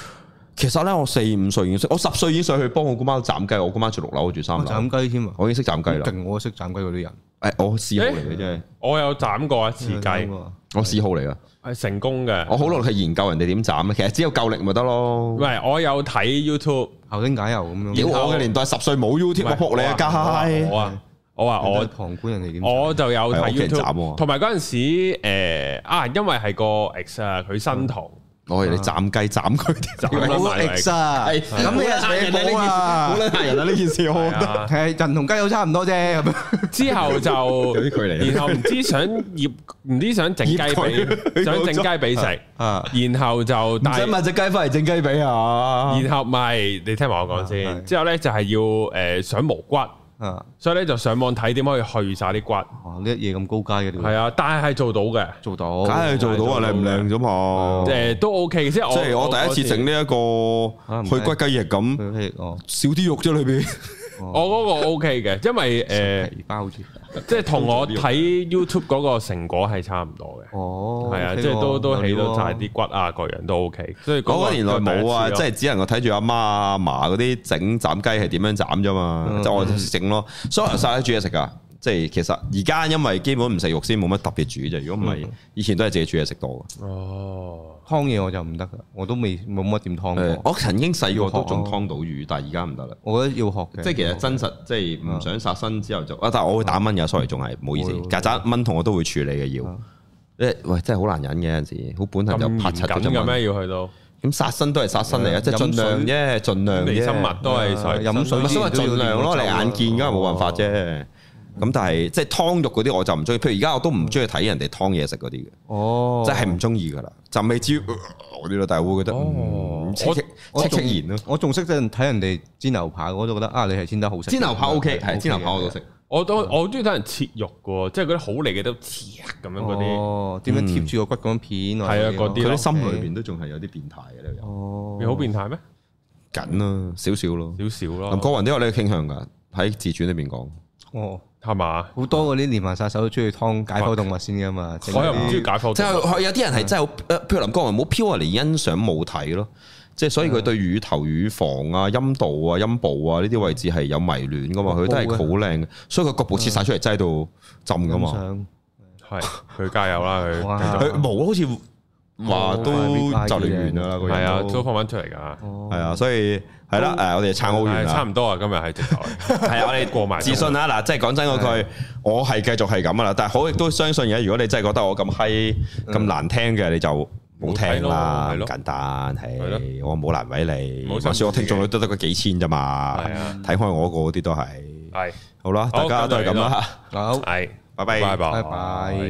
[SPEAKER 3] 其實咧，我四五歲已經識，我十歲已經上去幫我姑媽斬雞，我姑媽住六樓，我住三
[SPEAKER 2] 我
[SPEAKER 3] 樓，
[SPEAKER 2] 斬雞添啊！
[SPEAKER 3] 我已經識斬雞啦。
[SPEAKER 2] 勁我識斬雞嗰啲人，
[SPEAKER 3] 誒，我嗜好嚟嘅真係，
[SPEAKER 1] 我有斬過一次
[SPEAKER 2] 係
[SPEAKER 1] 雞，
[SPEAKER 2] 啊
[SPEAKER 3] 我嗜好嚟噶。
[SPEAKER 1] 係成功嘅。
[SPEAKER 3] 我好努力去研究人哋點斬咧，啊其實只有夠力咪得咯
[SPEAKER 1] 唔。係，我有睇 YouTube。
[SPEAKER 2] 後生解油咁
[SPEAKER 3] 屌
[SPEAKER 2] 樣，
[SPEAKER 3] 我嘅年代，十歲冇 YouTube，我仆你啊街！
[SPEAKER 1] 我啊，我啊，
[SPEAKER 2] 我
[SPEAKER 1] 我
[SPEAKER 2] 旁觀人哋點斬。
[SPEAKER 1] 我就有
[SPEAKER 3] 係
[SPEAKER 1] 睇
[SPEAKER 3] 屋企人斬喎
[SPEAKER 1] YouTube，同埋嗰陣時誒啊，因為係個 ex 啊，佢新堂
[SPEAKER 3] 我係你斬雞斬佢啲
[SPEAKER 1] 斬啦
[SPEAKER 2] 好
[SPEAKER 1] 埋
[SPEAKER 2] ex 啊，
[SPEAKER 3] 係
[SPEAKER 2] 咁你又
[SPEAKER 3] 人哋呢件
[SPEAKER 2] 扯
[SPEAKER 3] 事
[SPEAKER 2] 火啊
[SPEAKER 3] 好！撚嚇 人啊！呢件事我覺得
[SPEAKER 1] 啊，
[SPEAKER 2] 係人同雞都差唔多啫，咁樣
[SPEAKER 1] 之後就
[SPEAKER 3] 嗯 有啲距離
[SPEAKER 1] 然後唔知想醃，唔知想整雞
[SPEAKER 3] 醃佢
[SPEAKER 1] 髀，想整雞髀食，
[SPEAKER 2] 啊，
[SPEAKER 1] 然後就
[SPEAKER 3] 唔使
[SPEAKER 1] 但
[SPEAKER 3] 買只雞翻嚟整雞髀啊！
[SPEAKER 1] 然後咪你聽埋我講
[SPEAKER 2] 啊
[SPEAKER 1] 先，
[SPEAKER 2] 係
[SPEAKER 1] 之後咧就係要誒想無骨，
[SPEAKER 2] 啊，
[SPEAKER 1] 所以咧就上網睇點可以去晒啲骨，
[SPEAKER 2] 哦呢一嘢咁高階嘅
[SPEAKER 3] 嗯
[SPEAKER 2] 你
[SPEAKER 1] 係啊，但係係做到嘅，
[SPEAKER 2] 做到，
[SPEAKER 3] 梗係做到啊！靚唔靚啫嘛？
[SPEAKER 1] 誒都 OK 嘅，即係我
[SPEAKER 3] 哦即係我第一次整呢一
[SPEAKER 2] 啊唔
[SPEAKER 3] 個去
[SPEAKER 2] 係
[SPEAKER 3] 骨雞翼咁，
[SPEAKER 2] 佢係哦
[SPEAKER 3] 少啲肉啫裏邊。
[SPEAKER 1] 我嗰個 OK 嘅，因為誒。
[SPEAKER 2] 皮包住，
[SPEAKER 1] 即係同我睇 YouTube 嗰個成果係差唔多嘅，
[SPEAKER 2] 哦，
[SPEAKER 1] 係啊，
[SPEAKER 2] OK
[SPEAKER 1] 即係都
[SPEAKER 2] 喎
[SPEAKER 1] 都起到晒，
[SPEAKER 2] 有料喎
[SPEAKER 1] 啲骨啊，各樣都 OK。所以嗰
[SPEAKER 3] 嗰
[SPEAKER 1] 個
[SPEAKER 3] 個年代冇啊，即
[SPEAKER 1] 係
[SPEAKER 3] 係只能夠睇住阿媽阿嫲嗰啲整斬雞係點樣斬啫嘛，
[SPEAKER 2] 嗯
[SPEAKER 3] 即係我整咯。所以我由細都煮嘢啊食㗎，即係其實而家因為基本唔食肉先冇乜特別煮啫。如果唔係，以前都係自己煮嘢食多嘅。
[SPEAKER 1] 哦，
[SPEAKER 2] 湯嘢我就唔得㗎，我都未冇乜點湯
[SPEAKER 3] 嗯誒
[SPEAKER 2] 過，
[SPEAKER 3] 我嗯曾經細個都仲湯到魚，但係而家唔得啦。
[SPEAKER 2] 我覺得要學嘅，
[SPEAKER 3] 即係其實真實，即係唔想殺生之後就嗯啊，但係我會打蚊嘅，sorry，仲係唔好意思
[SPEAKER 2] 會會，
[SPEAKER 3] 曱甴蚊同我都會嗯處理嘅要
[SPEAKER 2] 啊。
[SPEAKER 3] 誒喂，真係好難忍嘅有陣時，好本能就
[SPEAKER 1] 咁
[SPEAKER 3] 拍
[SPEAKER 1] 嚴
[SPEAKER 3] 柒嗰
[SPEAKER 1] 謹
[SPEAKER 3] 隻
[SPEAKER 1] 嘅
[SPEAKER 3] 蚊
[SPEAKER 1] 咩？要去到
[SPEAKER 3] 咁殺生都係殺生嚟啊嘅，即係
[SPEAKER 2] 飲
[SPEAKER 3] 盡量啫，盡量
[SPEAKER 1] 微生
[SPEAKER 3] 啫。
[SPEAKER 1] 物都係
[SPEAKER 2] 啊
[SPEAKER 1] 水
[SPEAKER 2] 飲水
[SPEAKER 3] 咪所以
[SPEAKER 2] 都要
[SPEAKER 3] 盡量咯，
[SPEAKER 2] 練
[SPEAKER 3] 你
[SPEAKER 2] 習啊
[SPEAKER 3] 眼見
[SPEAKER 2] 咯
[SPEAKER 3] 㗎，冇辦法啫。咁但係即係湯肉嗰啲我就唔中意，譬如而家我都唔中意睇人哋湯嘢食嗰啲嘅，
[SPEAKER 2] 哦，
[SPEAKER 3] 即係唔中意㗎啦，就未至於呃嗰啲咯，但係會覺得嗯
[SPEAKER 1] 我
[SPEAKER 3] 戚戚
[SPEAKER 2] 我
[SPEAKER 3] 戚
[SPEAKER 2] 仲
[SPEAKER 3] 戚然咯。
[SPEAKER 2] 我仲識得睇人哋煎牛扒，我都覺得啊，你係煎得好食。
[SPEAKER 3] 煎牛扒 OK，係煎牛扒我都
[SPEAKER 2] 嘅
[SPEAKER 3] 食。
[SPEAKER 1] 我都我好中意睇人切肉嘅喎，即係嗰啲好嚟嘅都切啊咁樣嗰啲，嗯
[SPEAKER 2] 哦，點樣貼住個骨咁樣片？
[SPEAKER 1] 係啊嗰啲
[SPEAKER 3] 佢
[SPEAKER 1] 咯
[SPEAKER 3] 啲心裏邊都仲係有啲變態嘅呢個人，
[SPEAKER 2] 哦，
[SPEAKER 1] 你好變態咩？
[SPEAKER 3] 緊啦少少咯。
[SPEAKER 1] 少少
[SPEAKER 3] 林
[SPEAKER 1] 咯，
[SPEAKER 3] 國雲都有呢個傾向㗎，喺自傳裏邊講。
[SPEAKER 2] 哦，
[SPEAKER 1] 係嘛？
[SPEAKER 2] 好多嗰啲連環殺手都中意劏解剖動物先噶嘛，整
[SPEAKER 1] 我又唔
[SPEAKER 2] 啲
[SPEAKER 1] 中意解剖
[SPEAKER 3] 即
[SPEAKER 1] 動物，
[SPEAKER 3] 係有啲人係真係好，呃譬如林國文好 pure 嚟欣賞母體咯，即係所以佢對乳頭、乳房啊、陰道啊、陰部啊呢啲位置係有迷戀噶嘛，佢都係好靚嘅，所以佢局部切晒出嚟擠到浸噶
[SPEAKER 2] 咁啊
[SPEAKER 3] 嘛，
[SPEAKER 2] 想
[SPEAKER 1] 係佢加油啦
[SPEAKER 2] 哇
[SPEAKER 1] 佢，
[SPEAKER 3] 佢毛好似話都就嚟完㗎啦，個
[SPEAKER 1] 係啊，
[SPEAKER 3] 人
[SPEAKER 1] 都
[SPEAKER 3] 都
[SPEAKER 1] 放翻出嚟㗎。
[SPEAKER 2] 哦
[SPEAKER 3] 係啊，所以係啦，誒我哋撐好
[SPEAKER 1] 係
[SPEAKER 3] 完
[SPEAKER 1] 差
[SPEAKER 3] 啦。
[SPEAKER 1] 唔多啊，今日係直頭係。啊
[SPEAKER 3] 係啊，我哋
[SPEAKER 1] 過埋
[SPEAKER 3] 自信啦。嗱，即係講真嗰
[SPEAKER 2] 係
[SPEAKER 3] 句，我係繼續係咁噶啦。但係好亦都相信嘅，如果你真係覺得我咁閪咁難聽嘅，你就冇
[SPEAKER 1] 嗯冇聽
[SPEAKER 3] 聽
[SPEAKER 1] 咯
[SPEAKER 3] 啦，
[SPEAKER 1] 係咯
[SPEAKER 3] 簡單
[SPEAKER 1] 係咯
[SPEAKER 3] 係。我冇難為你，
[SPEAKER 1] 冇心
[SPEAKER 3] 話説我
[SPEAKER 1] 機嘅
[SPEAKER 3] 聽眾率都得個幾千咋嘛
[SPEAKER 1] 係啊。
[SPEAKER 3] 睇開我個嗰啲都係
[SPEAKER 1] 係
[SPEAKER 3] 好啦，大
[SPEAKER 1] 好
[SPEAKER 3] 家都係咁啦。
[SPEAKER 2] 好，
[SPEAKER 1] 係，
[SPEAKER 3] 拜拜
[SPEAKER 1] 拜拜，
[SPEAKER 2] 拜拜。